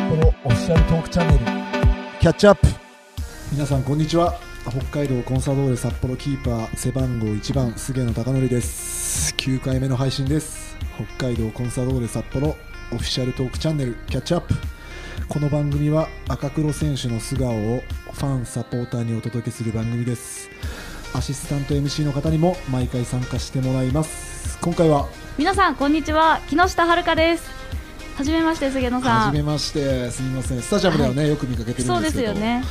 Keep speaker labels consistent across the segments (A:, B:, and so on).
A: シャルトークチャンネルキャッチアップ
B: 皆さんこんにちは北海道コンサドーレ札幌キーパー背番号1番菅野貴則です9回目の配信です北海道コンサドーレ札幌オフィシャルトークチャンネルキャッチアップこの番組は赤黒選手の素顔をファンサポーターにお届けする番組ですアシスタント MC の方にも毎回参加してもらいます今回は
C: 皆さんこんにちは木下遥ですはじめまして菅野さ
B: 初め
C: ん
B: ましてすみませんスタジアムではね、よく見かけてるん
C: そう
B: で
C: ですす
B: けど
C: よね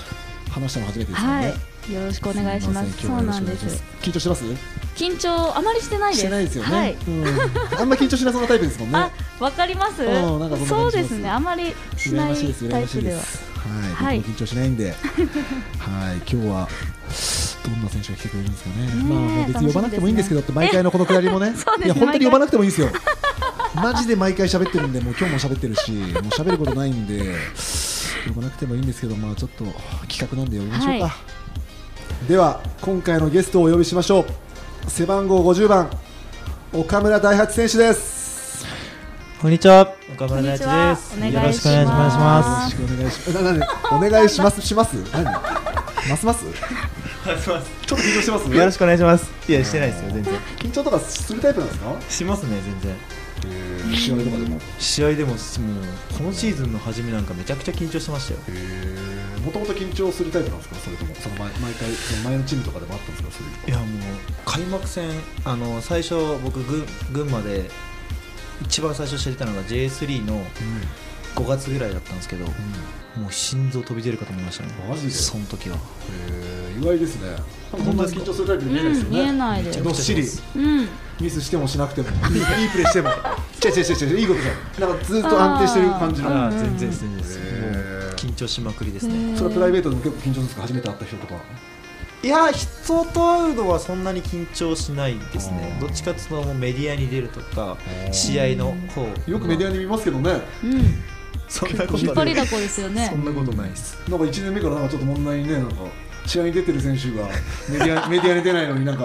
B: 話したの初めてですよ
C: は
B: ね、
C: いよろしくお願いします
B: す
C: そ
B: ま
C: うな
B: せ
C: ん
B: 今日はよろ
C: で
B: しくお願いします
C: す
B: 緊張してます
C: 緊張あまりしてないです
B: してないですよね、
C: はい
B: うん、あんま緊張しなそうなタイプですもんね
C: あわかります
B: うんなんかそんな感じします
C: そうですねあまりし
B: 羨
C: な
B: ま
C: い
B: しいです
C: タ
B: 羨
C: イ
B: まし
C: プ
B: い
C: で
B: で
C: は
B: すはい、
C: はい
B: 僕も緊張しないん ではい今日はどんな選手が来てくれるんですかね
C: え
B: まあ別に呼ばなくてもいいんですけどって毎回のこのくだりもね
C: そうです
B: いや本当に呼ばなくてもいいんですよマジで毎回喋ってるんでもう今日も喋ってるしもう喋ることないんで呼ばなくてもいいんですけどまあちょっと企画なんで呼びましょうか、
C: は
B: では今回のゲストをお呼びしましょう背番号50番岡村大八選手です
D: こんにちは、岡
C: こ
D: 村
C: んに
D: 大
C: ち
D: 地
C: は
D: です。
C: お願いします
D: よろしくお願いしま
B: よろしくお願いします。な、なに、お願いします、します。なに。ますます。
D: す。
B: ちょっと緊張してます。
D: よろしくお願いします。いや、してないですよ、全然。
B: 緊張とかするタイプなんですか。
D: しますね、全然。
B: 試合とかでも。も
D: 試合でも、もう、今シーズンの初めなんかめちゃくちゃ緊張してましたよ。
B: ともと緊張するタイプなんですか、それとも、その前、毎回、その前のチームとかでもあったんですか、そういう。
D: いや、もう、開幕戦、あの、最初、僕、群群馬で、一番最初知れたのが J3 の5月ぐらいだったんですけど、もう心臓飛び出るかと思いましたね。
B: マジで
D: その時は。
B: えー意外ですね。こんな緊張するタイプに見えないですよね。
C: うん見えないです
B: どっしり。
C: うん
B: ミスしてもしなくても、いいいいプレーしても。違う違う違う違う、いいことじゃん。なんかずっと安定してる感じの。
D: ああ、全然、全然です。も
B: へ
D: う
B: ー
D: 緊張しまくりですね。
B: それはプライベートでも結構緊張するんですか、初めて会った人とか。
D: いや人と会うのはそんなに緊張しないですね
B: あー
D: どっちかっていうともうメディアに出るとか試合の方
B: よくメディア
D: に
B: に見ますけどね。
C: うん
D: そんなこと
C: 引っ張
D: な
C: り
D: い
C: だこですよね
D: そんなことない です
B: なんか1年目からなんかちょっと問題にね、なんか試合に出てる選手がメディアメディアに出ないのになんか、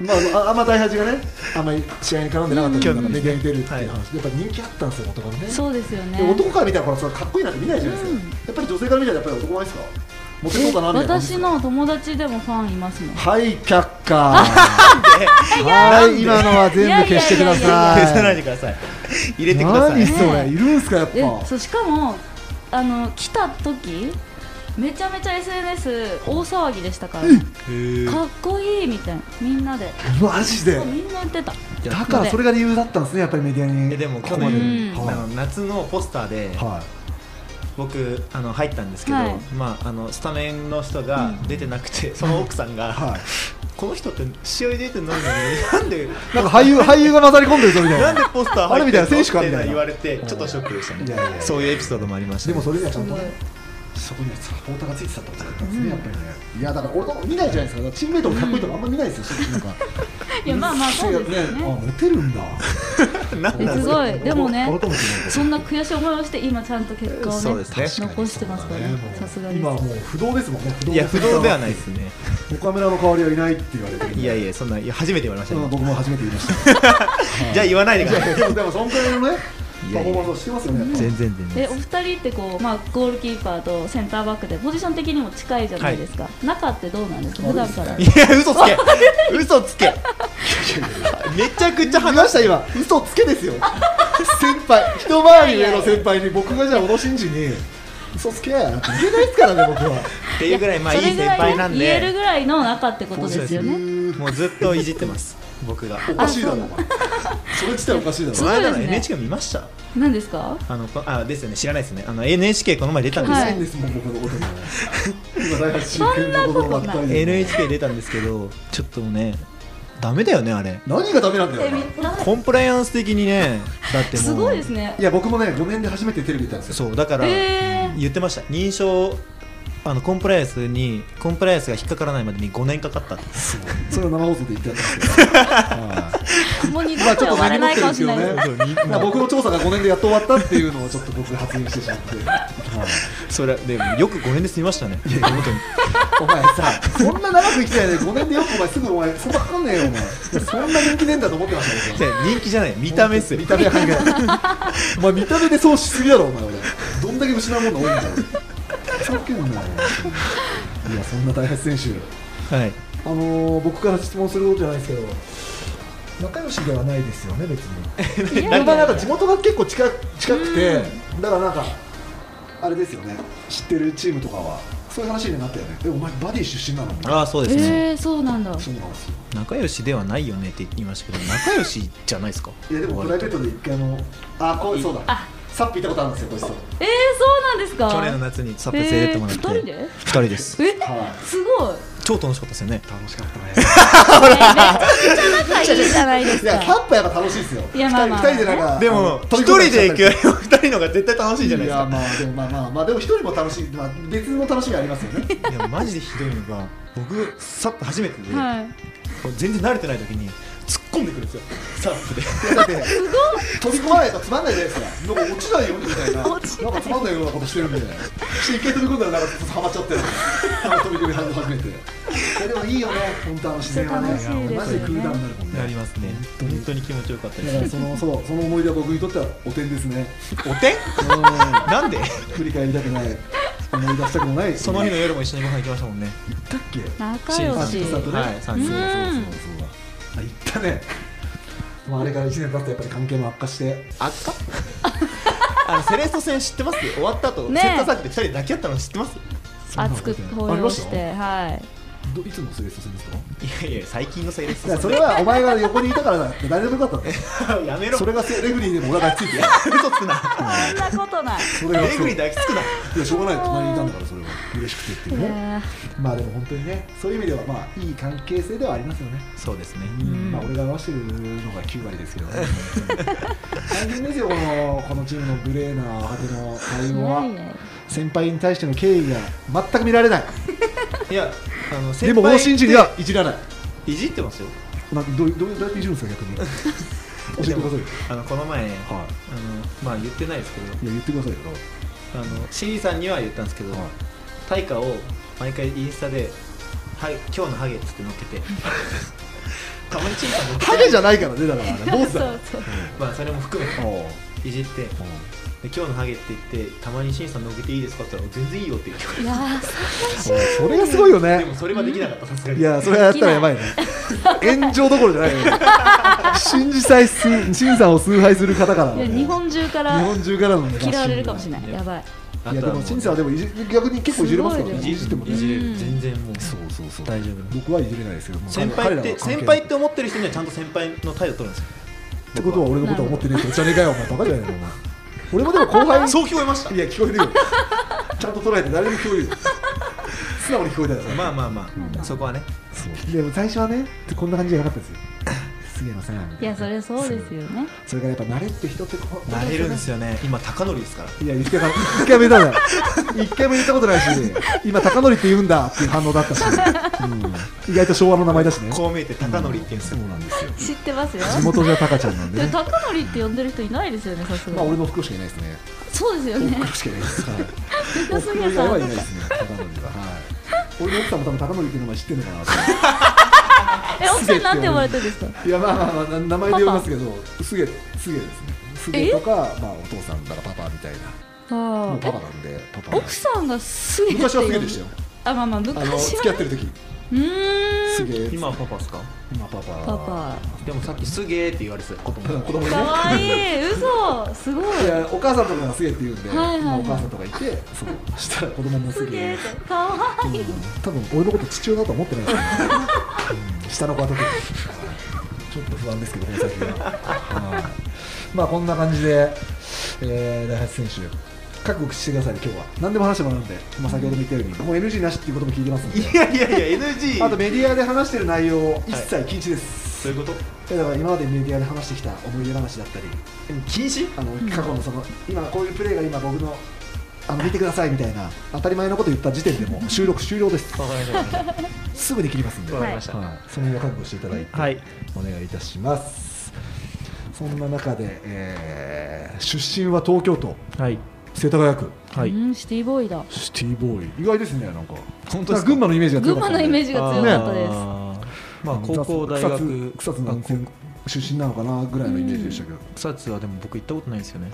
B: まあ、ああんま大八がね、あんまり試合に絡んでなかったけど、なんかメディアに出るっていう話、やっぱ人気あったんですよ、男のね。
C: そうですよね
B: で男から見たら、ほらそれかっこいいなんて見ないじゃないですか、
C: うん
B: やっぱり女性から見たら、やっぱり男前ですか、モテそうだなみたいな感じで
C: 私
B: すか。
C: の友達でもファンいますもん
B: はい、却下。はい、今のは全部消してください。
D: 消さないでください入れてください
B: 何それ、いるんすか、やっぱ。
C: えそうしかもあの来た時めちゃめちゃ SNS 大騒ぎでしたから、かっこいいみたいなみんなで
B: マジで
C: そう。みんな言ってた
B: だから、それが理由だったんですね、やっぱりメディアに。
D: えでも
B: こ
D: 去
B: こま
D: 年
B: で
D: あの夏のポスターで
B: はい。
D: 僕あの入ったんですけど
C: はい
D: まああのスタメンの人が出てなくてその奥さんが
B: はい。
D: この人って試合出てないのになんで
B: なんか俳優俳優が混ざり込んでるぞみたい
D: なん
B: な。
D: でポスター
B: あれ
D: 入っ
B: み
D: て
B: たい
D: る
B: な選
D: の
B: 手かみ
D: って
B: たいな
D: 言われてちょっとショックでした
B: いやいやいや
D: ねそういうエピソードもありました
B: で
D: ね
B: もそれにはちゃんとね、そこにはサポーターがついてたってことだったんですね、やっぱりね。いやだから俺とか見ないじゃないですか。だからチームメイトもかっこいいとかあんま見ないですよ。正直なんか。
C: いやまあまあそうですよ
B: ねあ
C: ね
B: モテるんだ。
D: なんなん
C: すごいでもね
B: 改めてね
C: そんな悔しい思いをして今ちゃんと結果を
D: そう
C: ね
D: ですね
C: 残してますから
B: も
C: ね
B: う
C: さすがに
B: 今はもう不動ですもんね。不動
D: いや不動ではないですね
B: 岡村の代わりはいないって言われてる。
D: いやいやそんないや初めて言われました
B: うん
D: ね
B: 僕も初めて言いました。
D: じゃあ言わないでください
B: い やでもそんくらいのね
D: い
B: パ
D: やいや
B: フォーマンスをしてますよね。
D: 全然全
C: えお二人ってこう、まあ、ゴールキーパーとセンターバックでポジション的にも近いじゃないですか、中ってどうなんですか普段から
D: いや嘘つけ嘘つけめちゃくちゃ
B: 見ました今嘘つけですよ先輩一回り上の先輩に僕がじゃあ小野伸二に嘘つけなんて言えないですからね僕は
D: っていうぐらいまあいい
C: それぐ
D: 先
C: らい
D: 輩なん
C: 言える
D: で
C: ぐらいの中ってことですよね
D: もうずっといじってます僕が
B: おかしいだろお前それ自体おかしいだ
D: こ
B: ろ
D: の
C: そうです
D: 間の
C: ね
D: NHK 見ました
C: 何ですか
D: あのこあですよね知らないですねあの NHK この前出たんですよ
C: はい
B: 変ですもん僕のことも今大発真剣なことばっかりで
D: NHK 出たんですけどちょっとねダメだよねあれ
B: 何がダメなんだよお前
D: コンプライアンス的にねだってもう
C: すごいですね
B: いや僕もね5年で初めてテレビ出たんですよ
D: そうだから、
C: えー
D: 言ってました認証あのコンプライアンスにコンプライアンスが引っかからないまでに5年かかったって
B: それを生放送で言ってやったんです けどはい
C: もう二度
B: まあ
C: と
B: ちょっ
C: 呼
B: と
C: ばれ
B: 何も
C: ない
B: って
C: か
B: るん
C: も
B: です
C: し
B: けど
C: れないです。
B: ねまあ僕の調査が5年でやっと終わったっていうのをちょっと僕発言してしまってはい
D: それでもよく5年で済みましたねいや本当に
B: お前さ、そんな長く生きてないで5年でよくお前すぐお前、そんなかかんねえよお前。そんな人気ねえんだと思ってましたよ。僕は
D: 人気じゃない見た目っすよ
B: 見た目は半減。お前見た目で損しすぎだろお前俺。どんだけ失うもの多いんだよふざけんなよいやそんな大橋選手
D: はい
B: あのー僕から質問することじゃないですけど仲良しではないですよね別に
C: いや
B: やっ
C: い
B: ぱなんか
C: や
B: 地元が結構近く近くて、だからなんかあれですよね知ってるチームとかはそういう話になったよねえお前バディ出身なのみたいな
D: ああそうですね、
C: えー、そうなんだ
B: そうなんですよ
D: 仲良しではないよねって言いましたけど仲良しじゃないですか
B: いやでもプライベートで一回もあこうそうだ
C: あ
B: サッピー行ったことあるんですよこいつと
C: えー、そうなんですか
D: 去年の夏にサップ連れてってもらって、
C: えー二人で
D: 二人です
C: え
B: は
C: すごい
D: 超楽しかったですよね
B: い楽しかったね
C: 仲いいじゃないです
B: いやサ
C: か
B: ップやっぱ楽しいですよ
C: いやまあまあ
B: 二人二人でなんか
D: でも
B: あの
D: 一人で行くよ
B: 飛
D: りも二人の方が絶対楽しいじゃ
B: び込んだりしたり
D: ない
B: い
D: です
B: や
D: か
B: まあでもまあまあまあでも一人も楽しい、まあ、別の楽しみありますよね
D: いやマジでひどいのが僕サップ初めてで、
C: はい
D: 全然慣れてない時に突っ込んでくるんですよサップで
B: だっ て飛び込まないとつまんないじゃないですかなんか落ちないようにみたいななんか
C: 落ちない
B: つまんないようなことしてるんでして一回飛び込んだらなんかちょっとハマっちゃ ってなんか飛び込み始めていやでもいいよね本当あの自然はね
C: 楽しいですよね
B: マジでクールダウンになるもんね
D: なりますね
B: 本当に
D: 本当に気持ちよかったで
B: だ
D: す
B: からそのそうその思い出は僕にとっては汚点です ね
D: おてん
B: うん
D: なんで
B: 振り返りたくない思い出したくもない
D: その日の夜も一緒にご飯行きましたもんね
B: だっけ
C: 仲良
B: あ
C: し
B: ちょっとさとね、
D: はい
B: そ
D: そう
B: だそ
D: うだ
B: うだそうだ
C: うん
B: そうだあ行ったねまああれから1年経ってやっぱり関係も悪化して
D: あっかあのセレスト戦知ってます終わった後、
C: ねえ
D: セットサークで二人抱き合ったの知ってます
C: 熱く抱擁してはい
B: どいつのセレッソ戦ですか
D: いやいや最近のセレス
B: いやそれはお前が横にいたからだって誰でもよかったんだよ
D: やめろ
B: そ
D: れ
B: れがレフリーでもお腹ついてる
D: 嘘つくな
C: そんなことない
B: それが
D: レグリ抱きつくない
B: やしょうがない隣にいたんだからそれは嬉しくてっていうね
C: ね
B: まあでも本当にねそういう意味ではまあいい関係性ではありますよね
D: そうですね
B: まあ俺が合わせてるのが9割ですけどね 大変ですよこのこのチームのグレーな若手の対
C: い
B: 応
C: やい
B: は
C: や
B: 先輩に対しての敬意が全く見られない
D: いやあの先
B: でも
D: 輩
B: 大新人にはいじらない
D: いじってますよ
B: などうどうどうやっていじるんですか逆に教えてくださいよ
D: あのこの前あの
B: は
D: まあ言ってないですけ
B: いいや言ってくださいよ
D: どあのシリーさんには言ったんですけど
B: はい
D: 大花を毎回インスタで「はい今日のハゲ」っつって載っけ てたまにチンさんも
B: ハゲじゃないからねだからあれ坊主
C: そ
B: だから
C: うそう
D: まあそれも含めて
B: おう
D: いじってで今日のハゲって言ってたまにシンさん載っけていいですかって言ったら全然いいよって言って
C: いやー
B: それがすごいよ
D: で
B: ね
D: もそれはできなかったさすがに
B: いやそれやったらやばいね炎上どころじゃないよ 新時代数新さんを崇拝する方からの
C: い
B: ね
C: や日本中か
B: 日
C: ら
B: 本中からのね
C: 嫌われるかもしれない
D: ね
C: やばい
D: あ
B: い
D: と
B: やで
D: は
B: も
D: う
B: 新さんはでもいじ逆に結構いじれますからね
C: すごい
D: い
B: いじってもね
D: いじれ
C: う
D: る
C: ん
D: 全然もう
B: うそうそ
D: 大丈夫
B: 僕はいじれないですけどもう
D: 先
B: 彼
D: 輩っ
B: らは
D: て
B: 関係ない
D: 先輩って思ってる人にはちゃんと先輩の態度取るんですよ
B: ってことは俺のことは思ってねえっておじゃねえかよお前バカじゃないのお前俺もでも後 輩
D: そう聞こえました
B: いや聞こえるよちゃんと捉えて誰でも聞こえるよ 素直に聞こえたよ
D: まあまあまあそこはね
B: そうでも最初はねこんな感じじゃなかったですよ菅野さんみたいない
C: やそれそうですよね
B: それからやっぱ慣れって人ってこう
D: 慣れるんですよね今貴教ですから
B: いや一回も一回も言ったんだ一回も言ったことないし今高典って言うんだっていう反応だったし、うん、意外と昭和の名前だしね
D: こう見えて貴教って言うんです
B: そ
D: よ
B: うなんですよ
C: 知ってますよ
B: 地元じゃタカちゃんなんで
C: で
B: ね
C: も高典って呼んでる人いないですよねさす
B: まあ
C: がに
B: 俺の袋しかいないですね
C: そうですよね
B: 袋しかいないですはい
C: 高
B: お
C: 杉
B: 袋
C: さん
B: 以外はいないですね高典ははい俺の奥さんも多分高典っていう名前知ってるのかなと思って
C: え奥さんなんて呼ばれてるんですか
B: いやまあまあ、まあ、名前で呼びますけど、すげ、すげですね。すげとか、まあ、お父さんだからパパみたいな。も
C: あ
B: うパ
C: あ
B: パなんで、パパ。
C: 奥さんがすげえ
B: 昔はすげでしたよ。
C: あまあまあ
B: あの、
C: 昔
B: 付き合
C: は
B: ってる時。
C: うーん
B: すげ。
D: 今はパパですか
B: 今パパ。
C: パパ
D: でもさっきすげーって言われてた子供
B: 子供にね。
C: かわいい嘘すごい
B: いや、お母さんとかがすげって言うんで、
C: はいはいはい
B: 今お母さんとかいて、そう、したら子供もす
C: すげ
B: げ
C: え。かわいい
B: 多分、俺のこと父親だと思ってないですよね。うん下の子は特に。ちょっと不安ですけど、この先は。はいまあ、こんな感じで、えー、大橋選手、覚悟してくださいね、今日は。何でも話してもらうんで、まあ、先ほども言ったように、もう NG なしっていうことも聞いてますんで、
D: いやいやいや NG
B: あとメディアで話してる内容、一切禁止です。
D: そういうこと
B: だから今までメディアで話してきた思い出話だったり、
D: 禁止
B: あの過去のその、今こういうプレーが今、僕の。あの見てくださいみたいな当たり前のこと言った時点でもう収録終了です
D: わかりました
B: すぐに切りますんで、
D: わ
B: は
D: か
B: い、
D: りました
B: その辺は覚悟していただいて、
D: はい
B: お願いいたしますそんな中で、えー出身は東京都
D: はい
B: 世田谷区
D: は
C: うんシティボーイだ
B: シティボーイ意外ですねなんか
D: 本
B: なんか群馬のイメージが
C: 群
B: 強か
C: 馬
B: ったん
C: の
B: で
C: イメージが強かったです
D: まあ高校大
B: 草津
D: 学
B: 草津の
D: あ
B: 温泉出身なのかなぐらいのイメージでしたけど、
D: 草津はでも僕行ったことないんですよね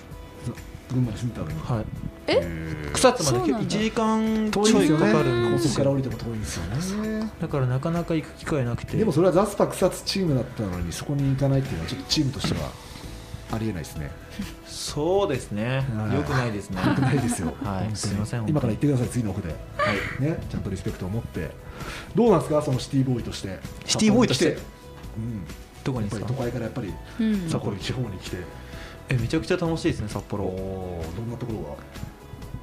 B: 群馬に住んでたのに
D: はい
C: え
D: 草津ま
C: そう
D: で
C: なんだ
D: 1時間
B: 遠い
D: ちょ
B: で
D: い
B: すよ
D: か
B: ね
D: かるん
B: 高
D: です
B: 速から
D: よ
B: 降りても遠いんですよね
D: だからなかなか行く機会なくて
B: でもそれはザスパ草津チームだったのにそこに行かないっていうのはちょっとチームとしてはありえないです ね
D: そうですね
B: はい
D: よくないですね
B: 良くないですよ
D: はい
B: 本当に
D: すいません
B: 今から行ってください次のオフで、ね、ちゃんとリスペクトを持ってどうなんですかそのシティボーイとして
D: シティボーイとして
B: 札幌に来てうん、
D: どこにです
B: やっぱ
D: か
B: り都会からやっぱり
C: うん
B: 札幌地方に来て、
D: えめちゃくちゃ楽しいですね札幌
B: おーどんなところ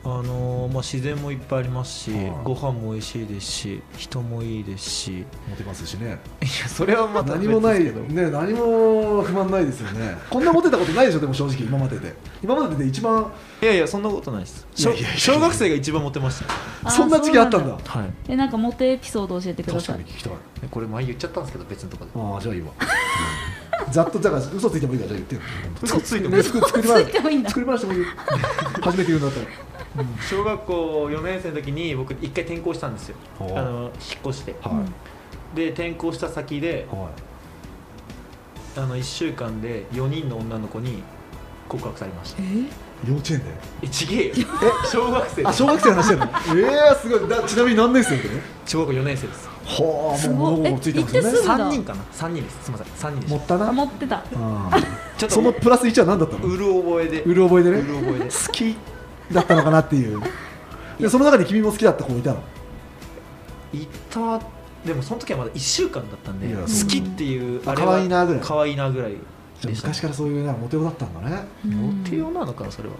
D: あのーまあ、自然もいっぱいありますし、
B: はい
D: ご飯も美味しいですし人もいいですしい
B: がモテますしね
D: やそれはまた
B: 何もない
D: 別ですけ
B: ね
D: ど
B: 何も不満ないですよね こんなモテたことないでしょでも正直今までで今までで一番
D: いやいやそんなことないです
B: い
D: 小
B: やいやいや
D: 小学生が一番モテました
C: あー
B: そんな時期あったんだ
C: そうな
D: はい
C: えなんかモテエピソード教えてくだ
B: 確か
C: さ
B: に
C: い
B: 聞きたい
D: これ前言っちゃったんですけど別のとこで
B: ああじゃあいいわざっとだから嘘ついてもいいからじゃあ言って
D: 嘘ついて
B: よ
D: もい
B: ね
D: い
B: 作作り
C: つ
B: 話
C: いてもいいんだ
B: 作り話してもいい初めて言うんだったら
D: 小学校4年生の時に僕一回転校したんですよあ
B: ほう
D: の引っ越して
B: はい
D: で転校した先で
B: は
D: あの1週間で4人の女の子に告白されました
B: い幼稚園で
D: えちげえよ小学生で
B: あ小学生の話してるのええすごいだちなみに何年生の時ね
D: 小学校4年生です
B: はあ
C: す
B: もう
C: ごい
B: 物心ついてますよ
C: え行ってす
B: ね
C: ぐだ
D: 3人かな3人ですすみません3人で
B: 持
D: し
B: った
C: あ
B: な
C: 持ってた
B: うん
D: たちょっと
B: そのプラス1は何だったの
D: うる覚えで
B: うる覚えでね
D: うる覚えで
B: 好きだったのかなっていうでその中に君も好きだった子もいたの
D: 行ったでもその時はまだ1週間だったんで
B: いや
D: 好きっていう
B: そう
D: あれ
B: 可愛いなぐらい
D: 可愛いなぐらい
B: じゃあ
D: でした
B: 昔からそういうなモテ男だったんだね
C: うん
D: モテ用なのかなそれは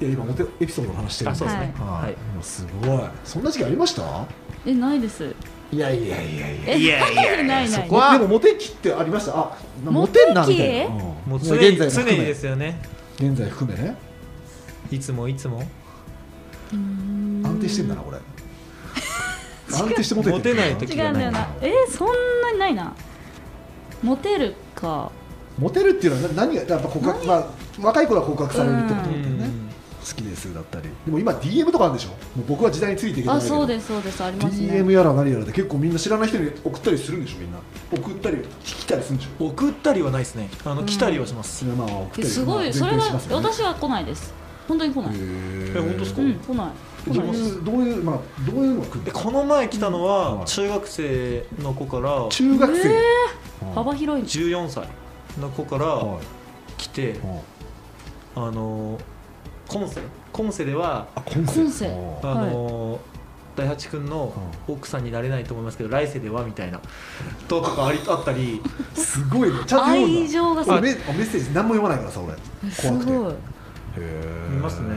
D: い
B: や今モテエピソードの話してるん
D: あそうですね
B: は
D: はいい
B: 今すごいそんな時期ありました
C: えないです
B: いやいやいやいや
C: え
D: いやいや
C: ない
D: そ
C: ない
D: こは
B: でもモテ期ってありましたあモ
C: モ
B: テ
C: テ
B: ん
C: 期
B: なみたいなうん
D: もう
B: い
D: 常
B: や
D: に
B: 現在も
D: 常
B: 含
D: に
B: め
D: ですよね
B: 現在含めね
D: いつもいつも
B: 安定してんだなこれ安定してモテてる
D: モテない時
C: 違
D: が
C: うんだよなえそんなにないなモテるか
B: モテるっていうのは何がやっぱ告白まあ若い頃は告白されるってこと
D: う
B: だよね好
D: ん
B: きですだったりでも今 DM とかあるんでしょもう僕は時代についていけてない
C: あ
B: けど
C: そうですそうですあります
B: DM
C: ね
B: やら何やらで結構みんな知らない人に送ったりするんでしょみんな送ったり聞きたりするんでしょ
D: 送ったりはないですねあの、
C: うん
D: 来たりはします
B: それはまあ送った
C: え
B: り
C: すごいそれは私は来ないです本当に来ない
B: え
D: え本当っすか
C: うん来ない来
B: どう
C: ないです
B: いうどういうまあどういうのが来る
D: で
B: の
D: この前来たの
B: うん
D: は中学生の子から
B: 中学生、
C: え
B: うん
C: 幅広いんです
D: 14歳の子か
B: は
D: ら
B: い
D: 来て
B: うん
D: あの今世今世では
B: あコンセ
C: 今世
D: あの大八君の奥さんになれないと思いますけど来世ではみたいなとかがありあったり
B: すごいねちゃんと読んだ
C: 愛情がす
B: あ
C: ご
B: メメッセージ何も読まないからさ俺
C: いす
B: 怖くて
C: ごい
B: へ
D: 見ますね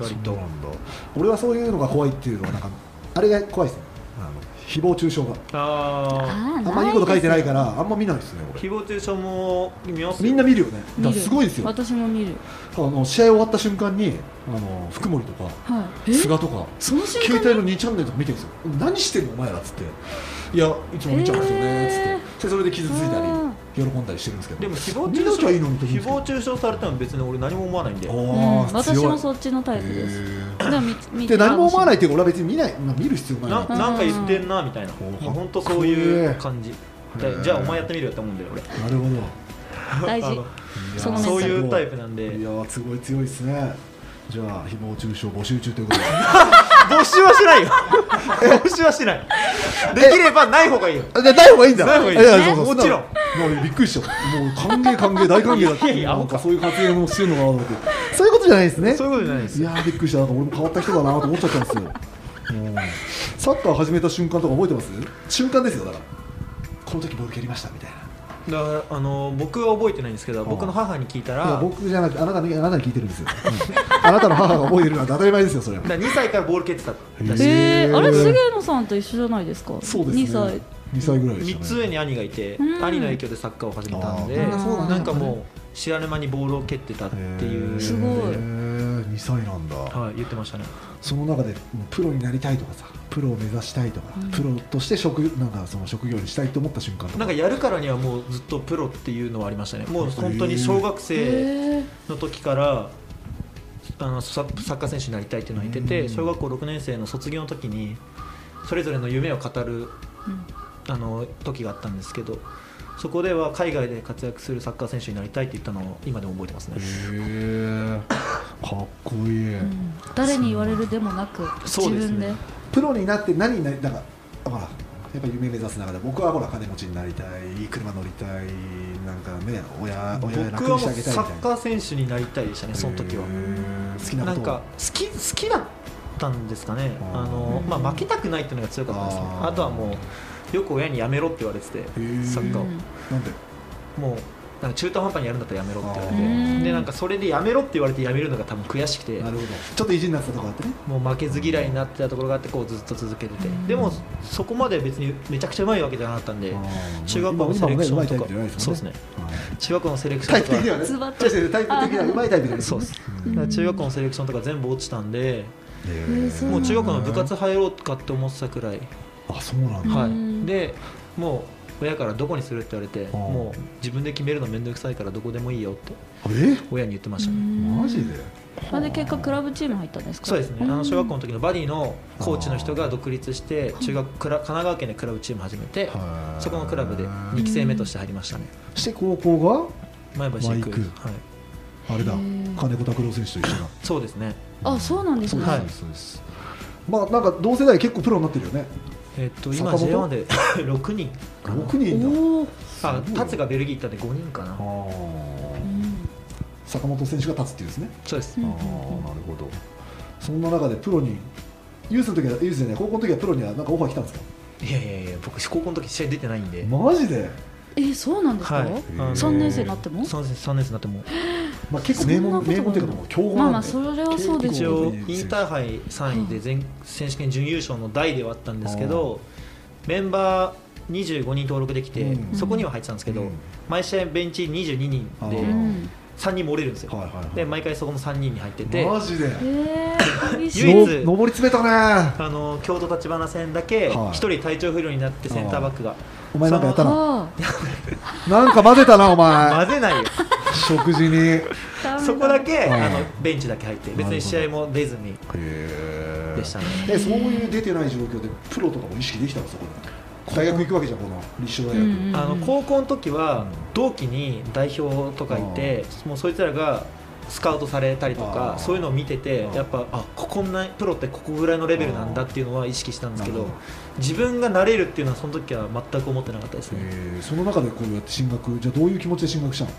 D: 割と
B: そうなんだ俺はそういうのが怖いっていうのはなんかあれが怖いですねあの誹謗中傷が
D: あ
C: あ
B: あ
C: ー
B: んまいいこと書いてないかららあんま見ないですね
D: あ
B: 俺
D: 誹謗中傷も見ます
B: みんな見るよねだ
C: 見
B: か
C: る
B: らすごいですよ
C: 私も見る
B: あの試合終わった瞬間にあの福森とか
C: はいえ
B: 菅とか
C: その瞬
B: 携
C: 間
B: 帯の2チャンネルとか見てるんですよ何してんのお前らっつっていやいつも見ちゃうんですよねっつって、
C: へ
B: でそれで傷ついたり
C: うん
B: 喜んだりしてるんですけど
D: でも誹謗
B: 見な
D: 中
B: きゃいいのにと思うん
D: 傷
B: ですけど
D: 誹謗中傷されても別に俺何も思わないんで
B: あ
C: う
B: ー
C: ん私
B: 強い
C: もそっちのタイプです
B: へー
C: でも見見
B: で何も思わないいっていうか俺は別に見ない、まあ、見る必要ない
D: な
B: な
D: なんか言ってんなみたいな
B: うん
D: 本当そういう感じ
B: え
D: でじゃあお前やってみるよって思うんだよ
B: な
D: 俺
B: るほど
C: 大事そ
B: い
C: の
B: や
C: メンタル
D: そういうタイプなん
B: いや
D: で
B: ーすごい強いですねじゃあ誹謗中傷募集中ということ で
D: 募集はし ないよ募集はしないできればない方がいいよ
B: あじゃあない方がいいんだ
D: ない方がいい
B: や
D: ね
B: そうそう
D: もちろん
B: そなのもうびっくりしたもう歓迎歓迎大歓迎だっ
D: いやい
B: て
D: や
B: なんかそういう発言をしてるのかなと思ってそういうことじゃないですね
D: そういうことじゃないです
B: いやーびっくりしたなんか俺も変わった人だなと思っちゃったん ですよもうサッカー始めた瞬間とか覚えてます瞬間ですよだからこの時ボール蹴りましたみたいな
D: だからあの僕は覚えてないんですけど僕の母に聞いたら
B: いや僕じゃなくてあなたにあなたに聞いてるんですよ、うんあなたの母が覚えてるなんて当たり前ですよそれは
D: だから2歳からボール蹴ってた
B: へ
D: だし
C: え
B: え
C: ー、
B: ー
C: あれ菅野さんと一緒じゃないですか
B: そうですね
C: 2歳
B: 2歳ぐらいでしたね
D: 3つ上に兄がいて
C: うん
D: 兄の影響でサッカーを始めたんで
B: あ
C: ーそうだね
D: なんかもう知らぬ間にボールを蹴ってたっていう
C: すごい
B: 2歳なんだ、
D: はい言ってましたね
B: その中でもうプロになりたいとかさプロを目指したいとか、
C: うん
B: プロとして職なんかその職業にしたいと思った瞬間とか
D: なんかやるからにはもうずっとプロっていうのはありましたねもう本当に小学生
C: え
D: の時からあのササッカー選手になりたいっていうのは言って
B: うん
D: て小学校6年生の卒業の時にそれぞれの夢を語るあの時があったんですけどそこでは海外で活躍するサッカー選手になりたいって言ったのを今でも覚えてますね
B: へえかっこいい、
C: うん誰に言われるでもなく自
D: そうです
C: 分
D: ね
C: で
B: プロになって何になりだからほらやっぱ夢目指す中で僕はほら金持ちになりたい車乗りたいなんかね親
D: 僕
B: 親
D: は
B: 楽
D: も
B: に
D: う
B: してあげたい
D: サ
B: みたい
D: ッ
B: な
D: カー選手になりたいでしたねその時は
B: へー好きな
D: な
B: こと
D: んか好き好きだったんですかね
B: あー
D: あの、まあ、負けたくないっていうのが強かったですね
B: あー
D: あとはもうよく親にやめろって言われてて
B: ー
D: サッカーを
C: うん
B: なんで
D: もうなんか中途半端にやるんだったらやめろって言われ
C: あー
D: てでなんかそれでやめろって言われてやめるのが多分悔しくて
B: なるほどちょっと意地になってたとこあってね
D: もう負けず嫌いになってたところがあってこうずっと続けてて
C: うん
D: でもそこまで別にめちゃくちゃうまいわけじゃなかったんで中学校のセレクションとかそうですね中学校のセレクショ
B: タイ
D: ン
B: プ
D: とか
B: 的にはね
C: ズバッと
B: 確かにタイプ的にはうまいタイプだよね
D: そうです
C: うん
D: だから中学校のセレクションとか全部落ちたんで
B: へ
C: へーそう
B: ー
D: もう中学校の部活入ろうかって思ってたくらい、
B: あそうなんだ
C: ん
D: はい、でもう親からどこにするって言われて
B: あ
D: もう自分で決めるの面倒くさいからどこでもいいよって
B: え
D: 親に言ってました
C: う
D: ね、
C: ん
B: マジで
C: まあで結果クラブチーム入ったんですか
D: そうですねあの小学校の時のバディのコーチの人
B: あ
D: が独立して中学クラ神奈川県でクラブチーム始めて
B: はー
D: そこのクラブで2期生目として入りましたね
B: して高校
D: 前橋
B: 前
D: 育
B: 行く
D: はい、
B: があれだ
C: へー
B: 金子拓郎選手と一緒だ
D: そうですね
C: あそうなんですね
D: はい
B: そうですまあなんか同世代結構プロになってるよね
D: えっと今
B: 坂本
D: J1 で 6人かな
B: 6人だ
C: おお
D: あタツがベルギー行ったんで5人かな
B: あー坂本選手が立つっていうんですね
D: そうです
C: う
B: あ
C: ん
B: あ
C: うん
B: な
C: うん
B: るほどそんな中でプロにユースの時はユースじゃない高校の時はプロにはなんかオファー来たんですか
D: いやいやいや僕高校の時試合出てないんで
B: マジで
C: えそうなんですか
D: はい
B: あの
C: 三年生になっても
D: そうです3年生になっても
B: まあ結構名
C: そんな
B: 門
C: ことない
B: 名門というかもう強豪
C: まあ
B: な
C: ま
B: ん
C: あ
B: で
C: それはそうです
D: 一
C: よ
B: 結
D: 応
B: 構
D: インターハイ3位で全選手権準優勝の代ではあったんですけどメンバー25人登録できて、
B: うん
D: そこには入ってたんですけど、
B: うん
D: 毎試合ベンチ22人で
B: うあ
C: う
B: ー
C: ん
D: 3人も折れるんですよ、
B: はいはいはい
D: で毎回そこも3人に入ってて
B: マジで
C: えー 厳しい
D: 唯一
B: の上り詰めたね
D: あの京都立花戦だけ
B: はい
D: 1人体調不良になってセンターバックが
B: お前なんかやったな
C: あー
B: なんか混ぜたなお前
D: 混ぜないよ
B: 食事にへ
C: ダメだ
D: そこだけ
B: はい
D: あのベンチだけ入って別に試合も出ずに
B: え
D: でしたね
B: えそういう出てない状況でプロとかも意識できたのそこで大学行くわけじゃんこの立正大学、
C: うんうん
D: あの高校の時は同期に代表とかいてもうそいつらがスカウトされたりと
B: あ
D: か
B: ー
D: そういうのを見てて
B: あー
D: やっぱあここんなプロってここぐらいのレベルなんだっていうのは意識したんですけ
B: な
D: ど
B: るほ
D: 自分がなれるっていうのはその時は全く思ってなかったですね
B: えーその中でこうやって進学じゃあどういう気持ちで進学したの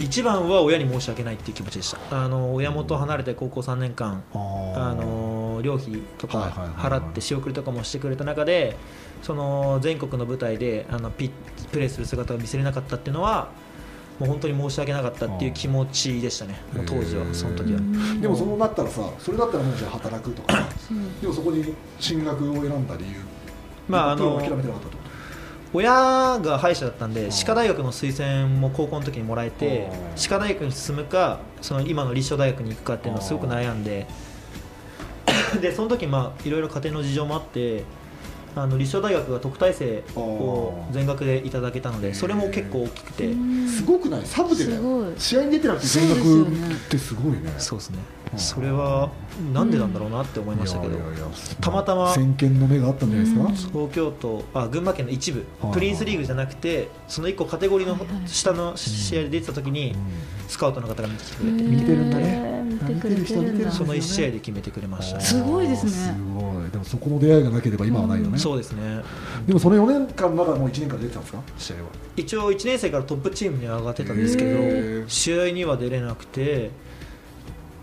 D: 一番は親に申し訳ないっていう気持ちでしたあの親元を離れて高校3年間あ
B: あ
D: の寮費とか
B: はいはいはいは
D: 払
B: い
D: って仕送りとかもしてくれた中でその全国の舞台であのピップレーする姿を見せれなかったっていうのはもう本当に申し訳なかったっていう気持ちでしたね
B: あー
D: もう当時
B: へ
D: は
B: ー
D: その時は
B: でもそうなったらさそれだったらもうじゃあ働くとかさ
C: うん
B: でもそこに進学を選んだ理由
D: まああ
B: プロを諦め
D: の
B: てなかったってこ
D: 親が歯医者だったん
B: あ
D: で
B: ー
D: 歯科大学の推薦も高校の時にもらえて
B: あー
D: 歯科大学に進むかその今の立正大学に行くかっていうのをすごく悩んで でその時まあいろいろ家庭の事情もあってあの立正大学が特待生を
B: あー
D: 全額でいただけたのでそれも結構大きくて
B: とすごくないサブでだ
C: す
B: よ
C: ごい
B: 試合に出てなくて全
C: そう
B: 額
C: ですよね
B: ってすごいね
D: そうですね
B: あー
D: それはなんでなんだろうなって思いましたけど
B: いやいやいや
D: たまたま
B: 先見の目があったんじゃないですか
D: 東京都あ群馬県の一部
B: はい
D: プリンスリーグじゃなくてその1個カテゴリーの下の試合で出てた時にスカウトの方が見てきてくれて
B: 見てるんだね
C: へー見てくれて
B: 見てる人
C: る
B: 見
C: ん
B: てる
C: だ
B: 人
D: その1試合で決めてくれましたね
C: すごいですね
B: すごいでもそこの出会いがなければ今はないよね
D: そうですね
B: でもその4年間の中でもう1年間出てたんですか試合は
D: 一応1年生からトップチームには上がってたんです
B: へ
D: け
B: ー
D: ど試合には出れなくて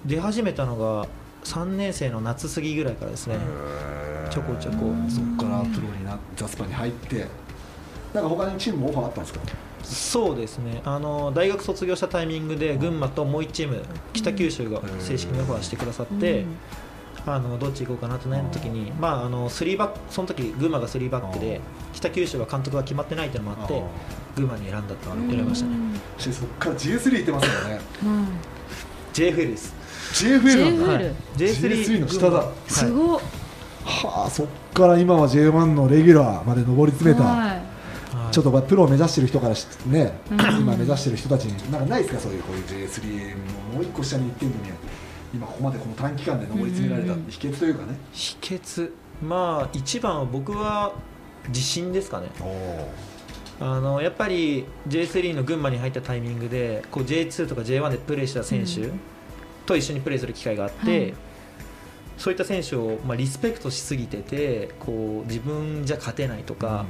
D: 出始めたのが3年生の夏過ぎぐらいからですねちょこちょこ
B: そこからプロになザスパに入ってなんか他にチームもオファーあったんですか
D: そうですねあの大学卒業したタイミングで群馬ともう1チーム北九州が正式にオファーしてくださって、
C: うん
D: あのどっち行こうかなって悩んだ時に、まあ、あのスリーバックその時群馬が3バックで北九州は監督が決まってないっていうのもあって群馬に選んだって選びましたね
B: そこから J3 行ってますよね
C: うん
D: JFL です
B: JFL なんだ
C: JFL
D: い
B: J3 の下だ
D: はい
C: すごい
B: はあそっから今は J1 のレギュラーまで上り詰めた
C: はい
D: はい
B: ちょっとまあプロを目指してる人からしね
C: うん
B: 今目指してる人たちになんかないですかそういうこういう J3 のもう一個下に行ってんのに今ここまでこの短期間で上り詰められた
C: うんうんうん
B: 秘訣というかね
D: 秘訣まあ一番は僕は自信ですかねあのやっぱり J3 の群馬に入ったタイミングでこう J2 とか J1 でプレーした選手と一緒にプレーする機会があって、
C: はい
D: そういった選手を、まあ、リスペクトしすぎててこう自分じゃ勝てないとか、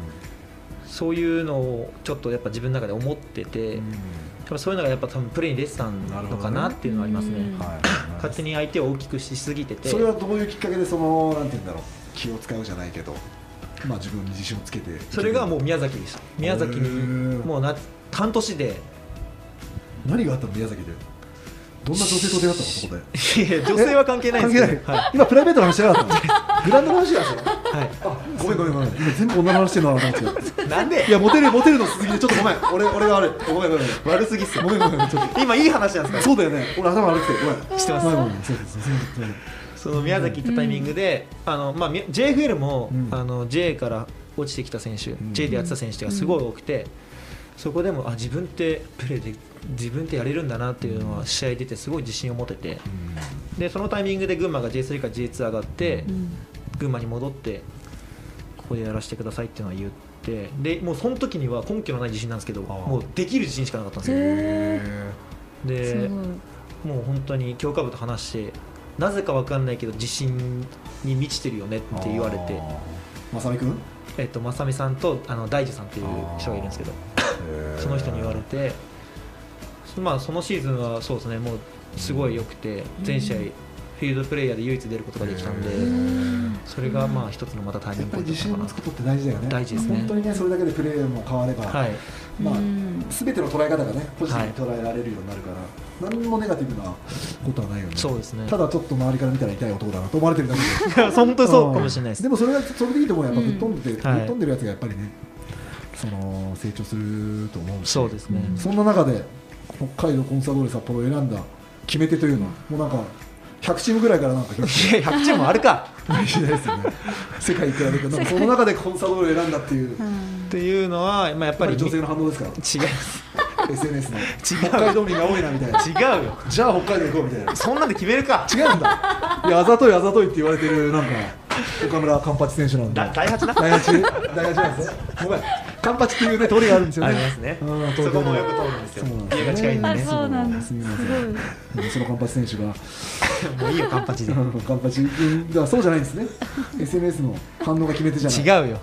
D: そういうのをちょっとやっぱ自分の中で思ってて、
B: うん
D: やっぱそういうのがやっぱ多分プレーに出てたのかなっていうのはありますね。
C: うん
B: はい
D: 勝手に相手を大きくしすぎてて
B: それはどういうきっかけでそのなんて言うんだろう気を使うじゃないけどまあ自分に自信をつけて
D: それがもう宮崎でした宮崎
B: へ
D: に
B: ー
D: もうな半年で
B: 何があったの宮崎でどんな女性と出会ったのそこで
D: いやいや女性は関係ないんですけど
B: 今プライベートの話じゃなかったのグランドの話だそれ
D: はいは
B: あごめんごめんごめん今全部女の話してるのかなと思って
D: い、なんで
B: いやモテるモテるの続きでちょっとごめん 俺俺が悪いごめんごめんごめん
D: 悪すぎっす
B: ごめんごめんごめんちょっ
D: 今いい話なんで
B: と
D: すか
B: そうだよね俺頭悪くてごめん
D: 知ってます
B: ごめんごめんそうそうそうそう
D: その宮崎行ったタイミングで、あのまあ、み JFL も、
B: うん
D: あの J から落ちてきた選手、
B: ん
D: J でやってた選手がすごい多くて、そこでもあ自分ってプレーで自分ってやれるんだなっていうのは試合出てすごい自信を持ててでそのタイミングで群馬が J3 から J2 上がって、
C: うん
D: 群馬に戻ってここでやらせてくださいっていうのは言ってでもうその時には根拠のない自信なんですけど
B: ああ
D: もうできる自信しかなかったんですよ
C: へ
D: です
C: ごい
D: もう本当に強化部と話してなぜか分かんないけど自信に満ちてるよねって言われて、
B: まさみくん
D: えっと、正美さんとあの大樹さんっていう人がいるんですけどその人に言われて、まあ、そのシーズンはそうですねもうすごい良くて全試合フィールドプレーヤーで唯一出ることができたんで、それがまあ一つのまたタイミ
B: やっ
D: ン
B: ぱ
D: グ
B: り
D: だっ
B: 自
D: た
B: 信
D: のか
B: を
D: な
B: つくことって大事だよね
D: 大事ですね
B: 本当にねそれだけでプレーも変われば、
D: はい
B: まあ
C: うん
B: 全ての捉え方がねポジティブに捉えられるようになるから、何もネガティブなことはないよね
D: そうですね
B: ただちょっと周りから見たら痛い男だなと思われてるだけで
D: 本当そうかもしれないです
B: でもそれがそれでいいと思うよやっぱぶっ飛んでて、
D: んはい
B: ぶっ飛んでるやつがやっぱりねその成長すると思うし
D: そうですね
B: そんな中で北海道コンサドーレ札幌を選んだ決め手というのはもうなんか100チームぐらいからなんか決めて
D: いや100チームもあるか
B: しないですよ ね世界いくらでかなんかその中でコンサドーレを選んだっていうやっ
D: っていうのは、まあ、やっ
B: ぱ
D: ぱり
B: り女性の反応ですか
D: 違う
B: ら SNS の
D: 違う
B: 北海道民が多いなみたいな
D: 違うよ
B: じゃあ北海道行こうみたいな
D: そんなんで決めるか
B: 違うんだいやあざといあざといって言われてるなんか岡村カンパチ選手なんで
D: だ第8な
B: 大八大八なんですねごめんカンパチっていうね通りがあるんですよ
D: あ
B: ね
D: りますね
B: うん
D: そこもよく通るんですよ
B: そうなん
D: 家が近いんで
C: あ
D: ね
C: そうなんだ
B: すみませんうんそのカンパチ選手が
D: もういいよカンパ チで
B: うんカンパチうんだからそうじゃないんです ね SNS の反応が決め手じゃない
D: 違うよ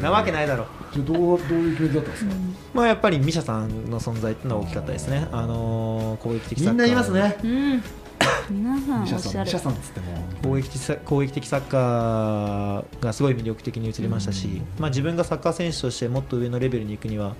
D: なわけないだろ
B: じゃあどうどういう決め手だったんですか
D: まあやっぱりミシャさんの存在ってのは大きかったですねあのー攻撃的サッカー
C: うん 皆さんお
B: ミシャさん
C: しゃ
B: ミ
C: れ
B: シャさんっつっても
D: 攻撃的サ攻撃的サッカーがすごい魅力的に映りましたし、まあ、自分がサッカー選手としてもっと上のレベルに行くには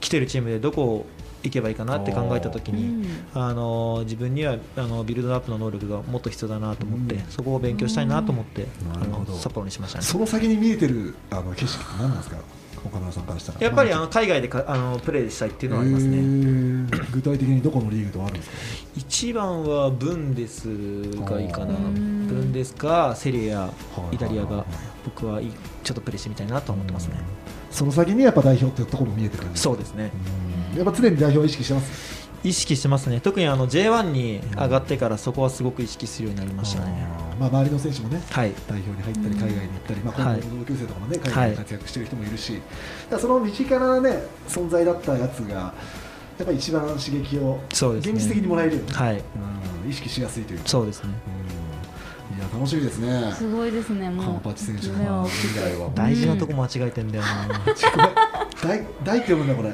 D: 来てるチームでどこ行けばいいかなって考えた時にあの自分にはあのビルドアップの能力がもっと必要だなと思って、
B: うん
D: そこを勉強したいなと思って、
B: うん
D: あ
B: なるほど
D: の札幌にしましたね。
B: その先に見えてるあの景色って何なんですか岡村さんからしたら
D: やっぱり
B: ま
D: あの海外でかあのプレーしたいっていうのはあります
B: へ
D: ね。
B: ー具体的にどこのリーグとかあるんですか
D: 一番はブンデスがいいかな。
C: あ
D: ブ
C: ー
D: ンデスかセリエア
B: いはい、
D: イタリアが僕はいいちょっとプレーしてみたいなと思ってますね。
B: その先にやっぱ代表ってところも見えてくる
D: そうですね。
B: うんやっぱ常に代表を意識してます
D: 意識してますね。特にあの J1 に上がってからそこはすごく意識するようになりましたね。
B: あーまあ周りの選手もね
D: はい。
B: 代表に入ったり海外に行ったり、まあ、今
D: はい
B: 度の同級生とかもね海
D: は
B: 外
D: い
B: で活躍してる人もいるし、だからその身近なね存在だったやつがやっぱり一番刺激を
D: そうですね
B: 現実的にもらえるよね
D: はい。
B: うん意識しやすいというか
D: そうですね。
B: うんいや楽しみですね
C: すごいですね
B: カ
C: も
B: ン
C: う
B: パチ選手の
C: 夢は大き
B: 未来は
D: 大事なとこ間違えてんだよな。
B: 大大って読むんだこれ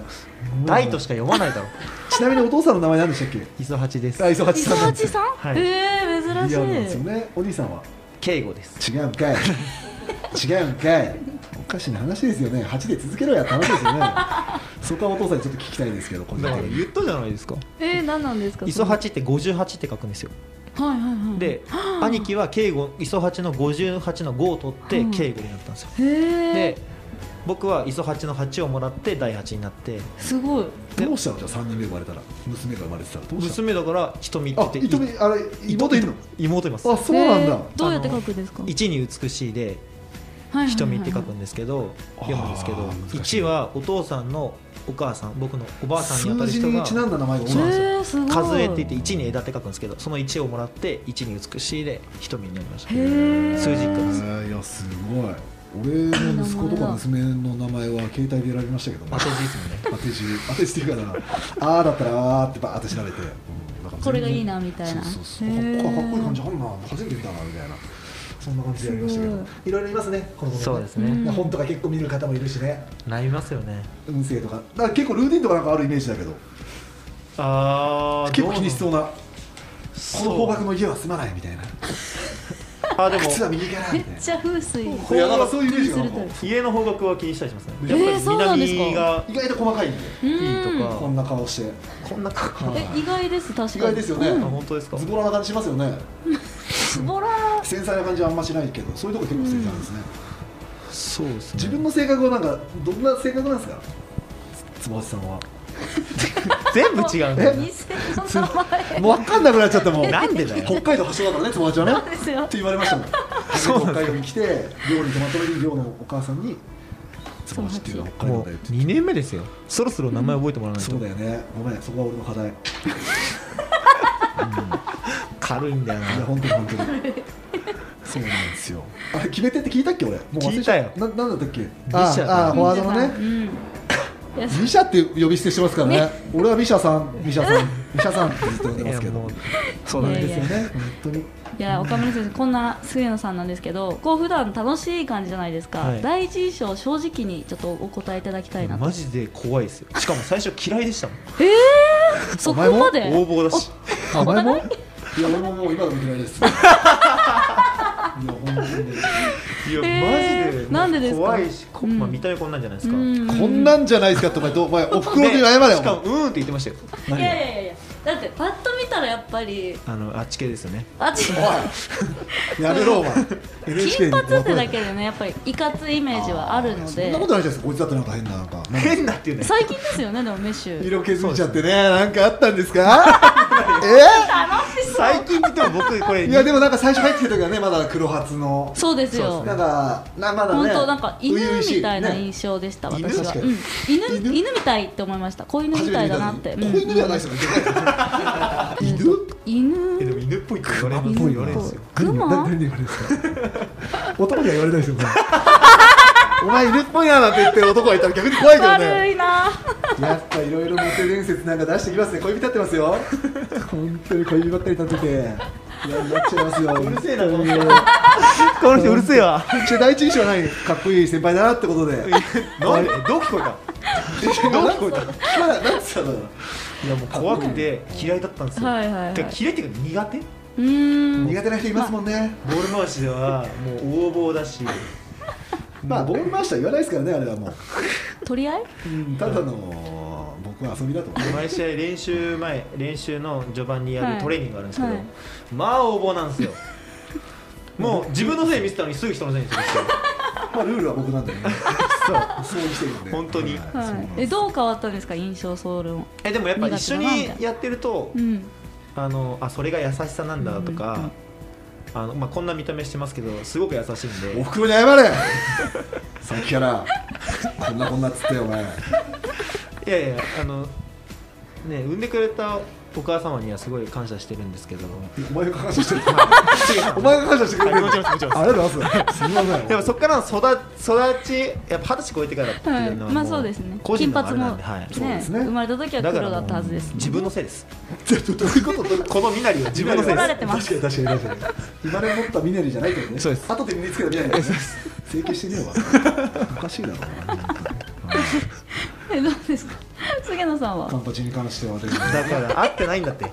D: 大とし
B: か
D: か読まないだろ。
B: ちなみにお父さんの名前何でしたっけ
D: 磯八です。
B: 磯八
C: い
B: さ
C: 磯
B: んなんで
C: 八
B: す
C: さん、
D: はい
C: えー珍し
B: リアルなんです
C: い
B: よねお兄さんは
D: 敬吾です。
B: 違うんかい違うんかいおかしな話ですよね8で続けろやって話ですよねそこはお父さんにちょっと聞きたいですけどこ
D: だから言ったじゃないですか。
C: えー、何なんですか
D: 磯
C: は
D: 八って58って書くんですよ。
C: いはいはい
D: で、兄貴は敬語磯八の58の5を取って
C: うん
D: 敬語になったんですよ。
C: へえ
D: で、僕は磯八の8をもらって第8になって、
C: すごい
B: どうしたのじゃあ3人目生まれたら娘が生まれてたらどうしたの
D: 娘だから瞳って
B: あ
D: 言ってい
B: 糸目あれ妹いるの
D: 妹います。
B: あそうなん
C: え
B: だ
C: ーどうやって書くんですか
D: 1に美しいで
C: はいはいはい
D: 瞳って書くんですけど
B: あー
D: 読むんですけど
B: 難しい
D: 1はお父さんのお母さん僕のおばあさんにあた
B: 数字
D: る人
B: に
D: が
B: ちなんだ名前が多い
D: そうなんですよ
C: えー、すごい
D: 数えって言って1に枝って書くんですけどその1をもらって1に美しいで瞳になりました
C: へー
D: 数字一家です
B: いやすごい俺の息子とか娘の名前は携帯で選びましたけどね
D: 当て字ですもんね
B: 当て字当て字っていうからああだったらあーってバーって調べて、うん、だか
C: これがいいなみたいな
B: そうそうそう
C: へ
B: あ
C: ー
B: かっこいい感じあるな初めて見たなみたいなそんな感じでやりましたけ
C: す
B: どいろいろいますねこの子
D: そうです
C: う
D: ね
C: ん
B: 本とか結構見る方もいるしね
D: なりますよね
B: 運勢とかだから結構ルーティンとかなんかあるイメージだけど
D: ああ
B: 結構気にしそうなこ
D: そう
B: の方角の家は住まないみたいな
D: あでも
B: 靴は右から
C: め
B: み
C: っ
B: たいな
C: ちゃ風水
B: いやなんかそういうイメージが
C: す
B: なん
C: る
B: か
C: タイプ
D: 家の方角は気にしたりしますね
B: え
D: やっ
C: ー
D: ぱり
C: そうなんですか
D: 南が
B: 意外と細かいんで
C: い
D: いいとか
B: こんな顔して
E: こんなか
C: え意外です確かに
B: 意外ですよね
D: あ本当ですか
B: ズボラな感じしますよね
C: ズボラ
B: 繊細な感じはあんましないけどそういうとこ結構繊細なんですね、
E: そうですね
B: 自分の性格はなんかどんな性格なんですかつぼさんは
D: 全部違うんだよね
C: 店の名前
B: もう分かんなくなっちゃったもん
D: なんでだよ
B: 北海道発祥だからねつぼちはね
C: なんで すよ
B: って言われましたもん初めて北海道に来て寮に泊まった時に寮のお母さんにつぼちっていうのは北海道
D: もう
B: だよって
D: 2年目ですよそろそろ名前覚えてもらわないと、
B: そうだよねごめんそこは俺の課題い
D: 軽いんだよ
B: や
D: な
B: 本当に本当にそうなんですよあれ決め手って聞いたっけ俺もう忘れちゃ
D: 聞い
B: たななんだったっけ
D: だ
B: ああフォワードのね
C: うんいや
B: ミシャって呼び捨てしてますからね。俺はミシャさん、ミシャさん、ミシャさんってずっと呼んで
D: い
B: ます
D: や
B: け
D: も
B: ど
D: う。
B: そう
C: う
B: な
C: なんん
B: で
C: ですす
B: よ
C: よ
B: ね
C: ね。
B: 本当に。
C: いや岡村先生こんな菅野さんなんですけどこう普段楽しい感じじゃないですか、
D: はい
C: 第一印象正直にちょっとお答えいただきたいなと
D: マジで怖いですよしかも最初嫌いでしたもん
C: えー、そこ
B: 前も
C: まで
D: 横暴だし
B: あ、前も。いや、俺ももう今の見てない です。いや、本当に。
D: いや、
C: えー
D: マジで
C: なんでですか
D: 怖いし、こ
C: うん
D: まあ、見た目こんなんじゃないです
C: う
D: か、
C: ん
B: こんなんじゃないですかって、お前どう、お前、お袋に謝れ
D: しかも
B: よ。
D: うーんって言ってましたよ
C: いやいやいやいやだってパッと見たらやっぱり
D: あのあっち系ですよね
C: あち
B: おいやめろ、お前。
C: 金
B: NHK に怒
C: 髪
B: ら
C: って
B: れ
C: だ
B: る。
C: けでねやっぱりいかついイメージはあるの
B: そん
C: で
B: なことないじゃないですか。こいつだってなんか変な、なんか。
D: 変なっていうね
C: 最近ですよねでもメッシュ
B: 色気づいちゃってね、なんかあったんですか。え
C: 楽しそう
D: 最近って言っても僕これ
B: いや、でも、なんか最初入ってきた時はね、まだ黒髪の。
C: そうですよ
B: なんか、な、まだ
C: 本
B: ね。
C: 当なんか犬
B: 初々し
C: みたいな
B: ね
C: 印象でした、
B: ね
C: 私は、
B: 犬
C: うん、犬
B: 犬
C: 犬みたいって思いました子犬みたいだなっ
B: 子
C: て
B: 犬ではないですよね。
C: うん
B: 犬
D: えでも
C: 犬
D: 犬っぽいって言われ
B: 犬
D: る
B: っぽい
D: 言われるんですよ
C: クマ
B: 何で言われるんですか。 男には言われない ですよね。お前犬っぽいななんて言ってる男がいたら逆に怖いけど
C: 悪
B: ね。
C: いな
B: やっぱいろいろモテ伝説なんか出してきますね。恋人立ってますよ。本当に恋人ばったり立ってて。いやになっちゃいますよ。うるせえなこの人。
D: この人うるせえわ
B: 第一印象は何かっこいい先輩だなってことで。
D: なんでどう聞こえた
B: どう聞こえた。まだなんつったの。いやもう
D: 怖くて嫌いだったんですよ、
C: はいはいはい
D: てか嫌いっていうか苦手
C: うーん
B: 苦手な人いますもんね。
D: ボール回しではもう横暴だし
B: まあボール回したら言わないですからねあれはもう。
C: 取り合い
B: うんただの僕は遊びだと思う
D: 毎試合練習前練習の序盤にや
C: は
D: る
C: い
D: トレーニングがあるんですけど、
C: はい
D: まあ横暴なんですよもう自分のせいに見せたのにすぐ人のせいにするん ですよ
B: まあルールは僕なんだよね そうそう生きてるんで
D: 本当
B: は
D: に
B: いそうな
C: は
B: ん
C: い、
B: で
C: え
B: す
C: どう変わったんですか印象ソウルも
D: えでもやっぱ一緒
C: 苦手だなみたい
D: に
C: な
D: やってると
C: うん
D: あのあそれが優しさなんだと
C: うんうん
D: か、あのまあ、こんな見た目してますけどすごく優しいん
B: お
D: で
B: ふくろに謝れさっきからこんなこんなっつってお前
D: いやいやあのね産んでくれたお母様にはすごい感謝してるんですけど
B: お前が感謝してるお
D: お
B: 前が感謝してくれてる
D: もちろんですもちろんです
B: ありがとうございますすみません
D: でもそこからの育育ちやっぱ二十歳超えてからっていうのは
C: はい、
D: も
C: まあそうですね
D: 個人
C: 金
D: の
C: 髪
D: あれな
C: も、
D: んではい
B: そう
C: ね
B: ですね
C: 生まれた時 は
D: だから
C: 黒だったはずです
D: 自分のせいです
B: どういうことどういうこ
D: この身なりは自分のせい
C: 怒ら
D: です
C: れてます
B: と確かに確かに確かに生まれ持ったミネリじゃないってことね
D: そうです
B: 後で身につけたミネリだね整形してねえわおかしいだろお前
C: えどうですか菅野さんは
B: カンパチに関してはでも
D: だから合ってないんだって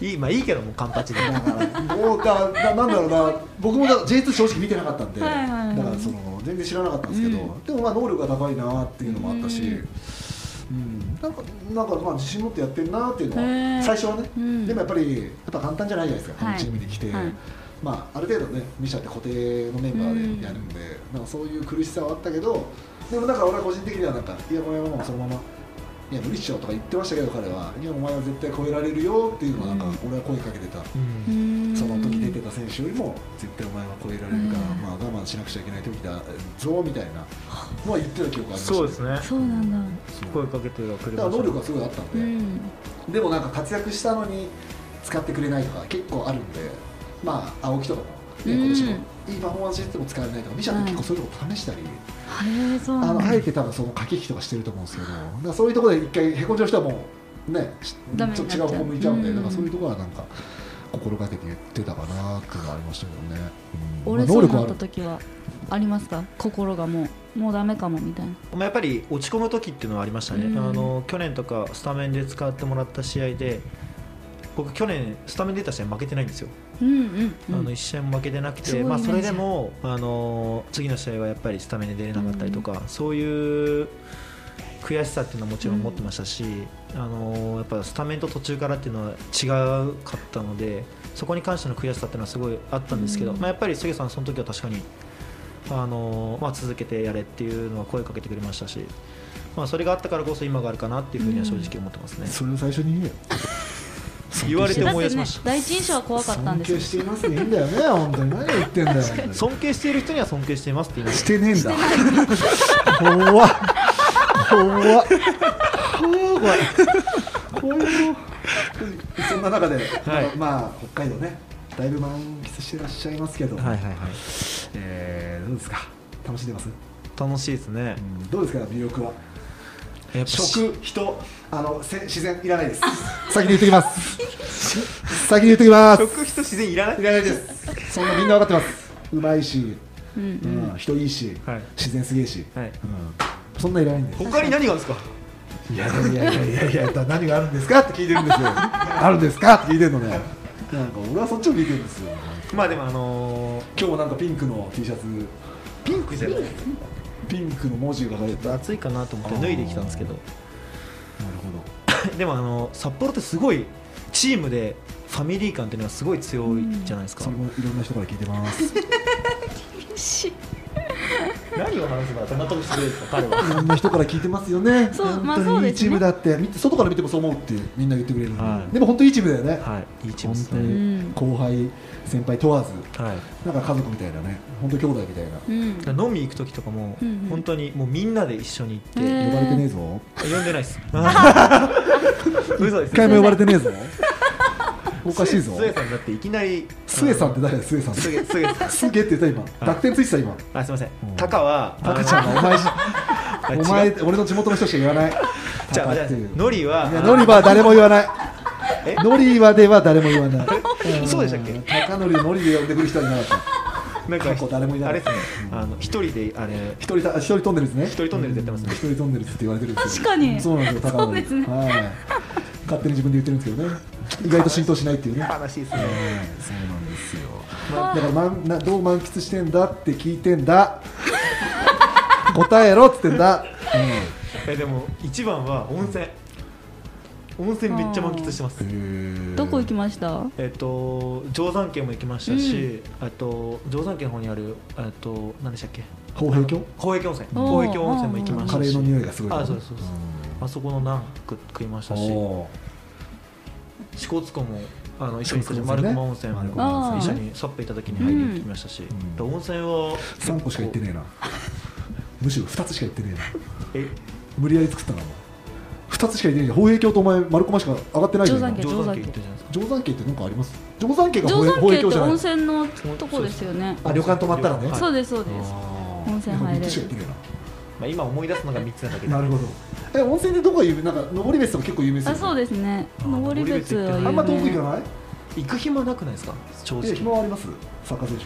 D: いいまあいいけどもうカンパチで
B: だからもうだななんだろうな僕もだ J2 正直見てなかったんで
C: はいはいはい
B: だからその全然知らなかったんですけど、でもまあ能力が高いなっていうのもあったし、うんなんかなんかまあ自信持ってやってるなっていうの
C: へ
B: は
C: ー
B: 最初はね、
C: うん
B: でもやっぱりやっぱ簡単じゃないじゃないですか、
C: は
B: こ
C: い
B: のチームに来て、
C: はい
B: まあ、ある程度ねミシャって固定のメンバーでやるんで、なんかそういう苦しさはあったけどでもなんか俺は個人的にはなんかいやこのままそのまま。いや無理っしょとか言ってましたけど彼はいやお前は絶対超えられるよっていうのはなんか俺は声かけてた、
D: うん
B: その時出てた選手よりも絶対お前は超えられるから、まあ、我慢しなくちゃいけない時だぞみたいなのは言ってた記憶がありました、
D: そうですね
C: そうなんだ
D: 声かけてはくれ
B: だか
D: ま
B: ら能
D: した
B: 力がすごいあった
C: うん
B: で、
C: ん
B: でもなんか活躍したのに使ってくれないとか結構あるんで、まあ、青木とかも、ね、
C: うん
B: 今年もいいパフォーマンスしてても使われないとか、ミシャって結構そういうとこ試したり、
C: へえそう
B: あ
C: なん
B: の
C: だ
B: あえて多分その駆け引きとかしてると思うんですけど、だからそういうところで一回へこんじゃう人はもう、ねち
C: ダメ
B: ちょ
C: に
B: っ
C: な
B: と違
C: っち
B: う
C: ゃ
B: 方向
C: う
B: 向いちゃうんで、
C: うん
B: なんかそういうところはなんか心がけて言ってたかなっていうのはありましたけどね、うん
C: 折れ
B: まあ
C: そ
B: 能
C: うに
B: 力は
C: な
B: あ
C: った
B: る
C: 時はありますか心がもうもうダメかもみたいな
D: まあ、やっぱり落ち込む時っていうのはありましたね、
C: うん
D: あの去年とかスタメンで使ってもらった試合で僕去年スタメン出た試合負けてないんですよ、
C: うんうん、うん、
D: あの1試合も負けてなく
C: すごい
D: て、まあ、
C: イメー
D: そ
C: ジ
D: れでも、あの次の試合はやっぱりスタメンで出れなかったりとか、そういう悔しさっていうのはもちろん持ってましたし、あのやっぱスタメンと途中からっていうのは違うかったのでそこに関しての悔しさっていうのはすごいあったんですけど、
C: うん
D: まあ、やっぱり杉さんその時は確かに、あのまあ、続けてやれっていうのは声かけてくれましたし、まあ、それがあったからこそ今があるかなっていうふうには正直思ってますね。
B: それを最初に言えよ
D: 言われて
C: だっ
D: 思い
C: て
D: 出し
C: ね
D: ました
C: 第一印象は怖かったんです
B: 尊
C: よ
B: 敬していますねいいんだよね本当に何を言ってんだよ
D: 尊敬している人には尊敬していますって言いました
B: てねえんだ怖っ怖っ怖い怖いよそんな中で、
D: はい
B: まあ北海道ねだいぶ満喫してらっしゃいますけど、
D: はいはいはい
B: えーどうですか楽しんでます、
D: 楽しいですね、
B: どうですか魅力は
D: やっぱ
B: 食人あのせ自然いらないです 先に言ってきます先に言ってきます
D: 食人自然いらない
B: いらないですそんなみんな分かってますうまいし、
C: うんうん
B: うん、人いいし、
D: はい
B: 自然すげえし、
D: はい
B: うん、そんないらないんです
D: 他に何があるんですか
B: いやいやいやいやいやだ何があるんですかって聞いてるんですよ あるんですかって聞いてるのねなんか俺はそっちを聞いてるんですよ
D: まあでもあのー
B: 今日もなんかピンクの T シャツ
D: ピンクじゃない
B: ピンクの文字が書いてある
D: 暑いかなと思って脱いできたんですけど
B: なるほど
D: でもあのー札幌ってすごいチームでファミリー感っていうのはすごい強いじゃないですか、
B: それもいろんな人から聞いてます
D: 何を話せば高飛びするんですか彼
B: い
D: は
B: ろんな人から聞いてますよね
C: そう
B: 本当に
C: まあそうですね
B: いいチームだって見て外から見てもそう思うってみんな言ってくれる、
D: はい
B: でも本当いいチームだよね、
D: はいいいチーム
B: 本
D: です
B: 当
D: ね
B: に後輩先輩問わず
D: はい
B: なんか家族みたいなね本当兄弟みたいな
C: うん
D: だから飲み行く時とかも、
C: うんうん
D: 本当にもうみんなで一緒に行って、
C: へ
B: 呼ばれてねえぞ
D: 呼んでないです 嘘です
B: 一回も呼ばれてねえ ぞおかしいぞ
D: スエさんだっていきなり
B: スエさんって誰だスエさん
D: すげすげさん
B: すげえって言った今濁点ついてた今
D: あすいません
B: ん
D: タカは
B: タカちゃんがお前じ
D: あの
B: お
D: 違
B: 前
D: う
B: 俺の地元の人しか言わない
D: じゃ
B: タ
D: あじ
B: カっ
D: ゃあ
B: ていう
D: ノリはい
B: やノリは誰も言わない
D: え
B: ノリはでは誰も言わない
D: え そうでしたっけ
B: ん高ノリノリで呼んでくる人はいなかった
D: なんか
B: 過去誰もいない
D: あれですねあの一人であれ
B: 一人た一人トンネルですね
D: 一人トンネルでやってますね
B: 一人トンネルって言われてるんですよ
C: 確かに
B: そうなんですよ高ノリ
C: そうですね
B: はい勝手に自分で言ってるんですけどね意外と浸透しないっていうね
D: 悲しいです
B: そ
D: ね
B: うなんですよ。
C: ま
B: だからまんなどう満喫してんだって聞いてんだ。答えろっつってんだ。
D: えでも一番は温泉温泉めっちゃ満喫してます
C: どこ行きました
D: えっと定山渓も行きましたしあと定山渓の方にあるえっと何でしたっけ
B: 方平峡？
D: 公益温泉
C: おー
D: 公益温泉も行きまし
B: カ
D: た
B: レーの
D: し
B: 匂いがすごい。
D: あそうですそうですあそこのナン食食いましたし
B: おー
D: 支笏湖もあの一緒に行ったし
B: 支笏湖温
D: 丸
B: 泉ね
D: 駒温泉
B: 丸
D: も
B: 駒
C: 温
D: 一緒
C: 泉
D: にサップ行った時に入りに行きましたし、
B: うん
D: 温泉は
B: 三個しか行ってねえな。むしろ二つしか行ってねえな。
D: え
B: 無理やり作ったな。お前二つしか行ってねえじゃん。方平峡とお前丸駒しか上がってないじゃん。
C: 定山
B: 今
C: 渓
D: 定山渓行ったじゃないですか
B: 定山渓ってなんかあります？定山渓が
C: 定
B: 方平
C: 山
B: 方平
C: 渓って
B: 峡じゃない
C: 温。泉のとこですよね
B: あ旅館泊まったらね。
D: はい
C: そうですそうです
B: あー
C: 温泉入れる
B: なんか三つしか行ってねえな。
D: まあ、今思い出すのが3つなだけで
B: なるほど。え温泉でどこが有名？なんか登別とか結構有名ですよ
C: あ
B: ね。
C: そうですね登別は有名
B: あんま遠く行かない？
D: 行く暇なくないですか正
B: え暇
D: 直
B: はあります？サッカー選手。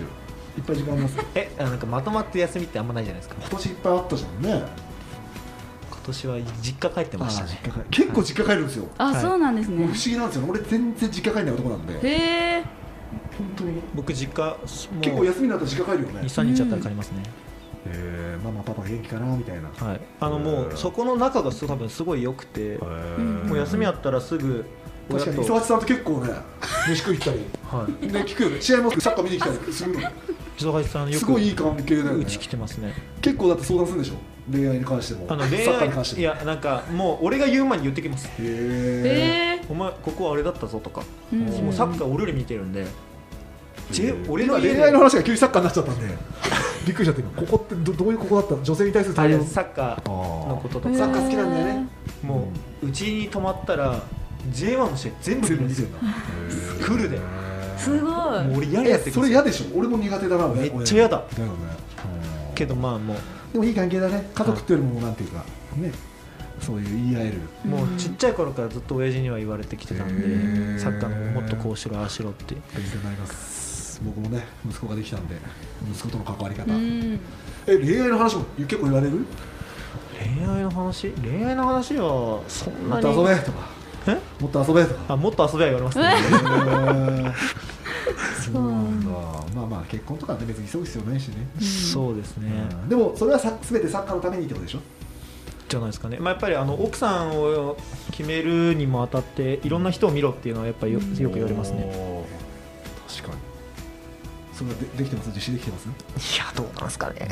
B: いっぱい時間あり ます。今
D: えあなんかまとまって休みってあんまないじゃないですか
B: 年いっぱいあったじゃんね。
D: 今年は実家帰ってましたね
B: あー実家帰結構実家帰るんですよ。
C: あ
D: はい
C: そうなんです
B: 不
C: ね
B: 思議なんですよね。俺全然実家帰んない男なんで。
C: へえ
B: 本当に。
D: 僕実家
B: 結
D: も
B: 構
D: う
B: 休みになったら実家帰るよね。
D: 23日あったら帰りますね、
B: えー、ママパパ元気かなみたいな。
D: はいあのもうそこの中がす多分すごい良くて
C: ー
D: もう休みあったらすぐ親
B: 確か
D: と
B: に磯橋さんと結構 ね、飯食い行ったり、
D: はい
B: ね聞くよね。試合もサッカー見に来たりするの。
D: 磯橋さんよ
B: す
D: く
B: ごいいい関係だよ
D: う
B: ね。
D: ち来てますね
B: 結構だって相談するんでしょ。恋愛に関しても、
D: あの恋
B: サッカーに関し
D: 愛
B: て
D: い
B: も。
D: やなんかもう俺が言う前に言ってきます
B: へー
C: へえ
D: お前ここはあれだったぞとか、
C: うん
D: もうサッカー俺より見てるんで、J- 俺の
B: 今
D: 家
B: 恋
D: で
B: 愛の話が急にサッカーになっちゃったんで びっくりしちゃって今ここってどどういうここだったの女性に対する
D: あ
B: 対応
D: れサッカーのことと
C: へ
D: か
C: ー
B: サッカー好きなんだよね
D: もううちに泊まったら J1 の試合全部見るんですよフルでも
C: すごいう
D: 俺嫌で
B: え
D: やってく
B: そ
D: る
B: れ
D: んですよ
B: 嫌でしょ俺も苦手だな
D: めっちゃ嫌だ
B: だよね
D: けどまあもう
B: でもいい関係だね家族ってよりもなんていうかねそういう言い合える
D: もうちっちゃい頃からずっと親父には言われてきてたん
B: へー
D: でサッカーのもっとこうしろああしろって
B: 勉強になります僕もね息子ができたんで息子との関わり方、
C: うん
B: え恋愛の話も結構言われる
D: 恋愛の話恋愛の話はそん
B: も
D: な
B: っ
D: に
B: と遊べとか
D: え
B: もっと遊べとか
D: あもっと遊びは言われますね
B: そう
C: うなんだ
B: まあまあ結婚とかね別に急ぐ必要ないしね、
D: そうですね、
B: でもそれはさ全てサッカーのためにってことでしょ
D: じゃないですかね、まあ、やっぱりあの奥さんを決めるにもあたっていろんな人を見ろっていうのはやっぱりよよく言われますね
B: ね確かにそれはでできてます実施できてます
D: いやどうなんですかね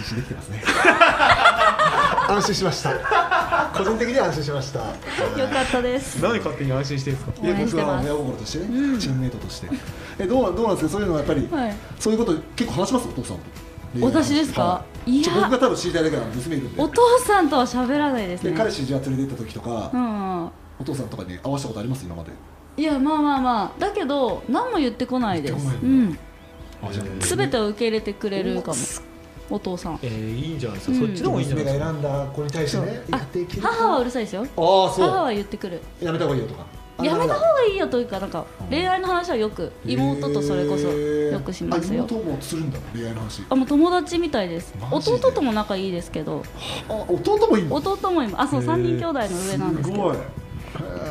B: 実施できてますね 安心しました個人的には安心しました
C: よかったです
D: 何勝手に安心してるんですか
C: 応
B: いや
C: 援し
B: 僕
C: て
B: は親
C: ます
B: 心としてね、
C: うん
B: チームメイトとしてえどうどうなんですかそういうのはやっぱり、
C: はい
B: そういうこと結構話しますお父さんと
C: 私ですか
B: い
C: い
B: や
C: や
B: 僕が多分知りたいだけなの娘いるんで
C: お父さんとは喋らないです
B: で
C: ね
B: 彼氏じゃあ連れて行った時とか、
C: うんうん
B: お父さんとかに会わしたことあります今まで
C: いやまあまあまあだけど何も言ってこないです
B: 言ってこ
C: う
B: ないん
C: ん全てを受け入れてくれるかもお父さん
D: えー、いいんじゃないですか、
C: うん
D: そっちでもいいんじゃないですか
B: んだ子に対してねやっていける
C: 母はうるさいですよ
B: ああ
C: 母
B: そ
C: は言ってくる
B: うやめた方がいいよとか
C: やめた方がいいよというかなんか
B: うん
C: 恋愛の話はよく妹とそれこそよくしますよ
B: あ妹もするんだ恋愛の話
C: あもう友達みたいです
B: マジで
C: 弟とも仲いいですけど
B: あ弟もいいの
C: 弟も今あそう
B: へー
C: 3人兄弟の上なんですけど
B: ごい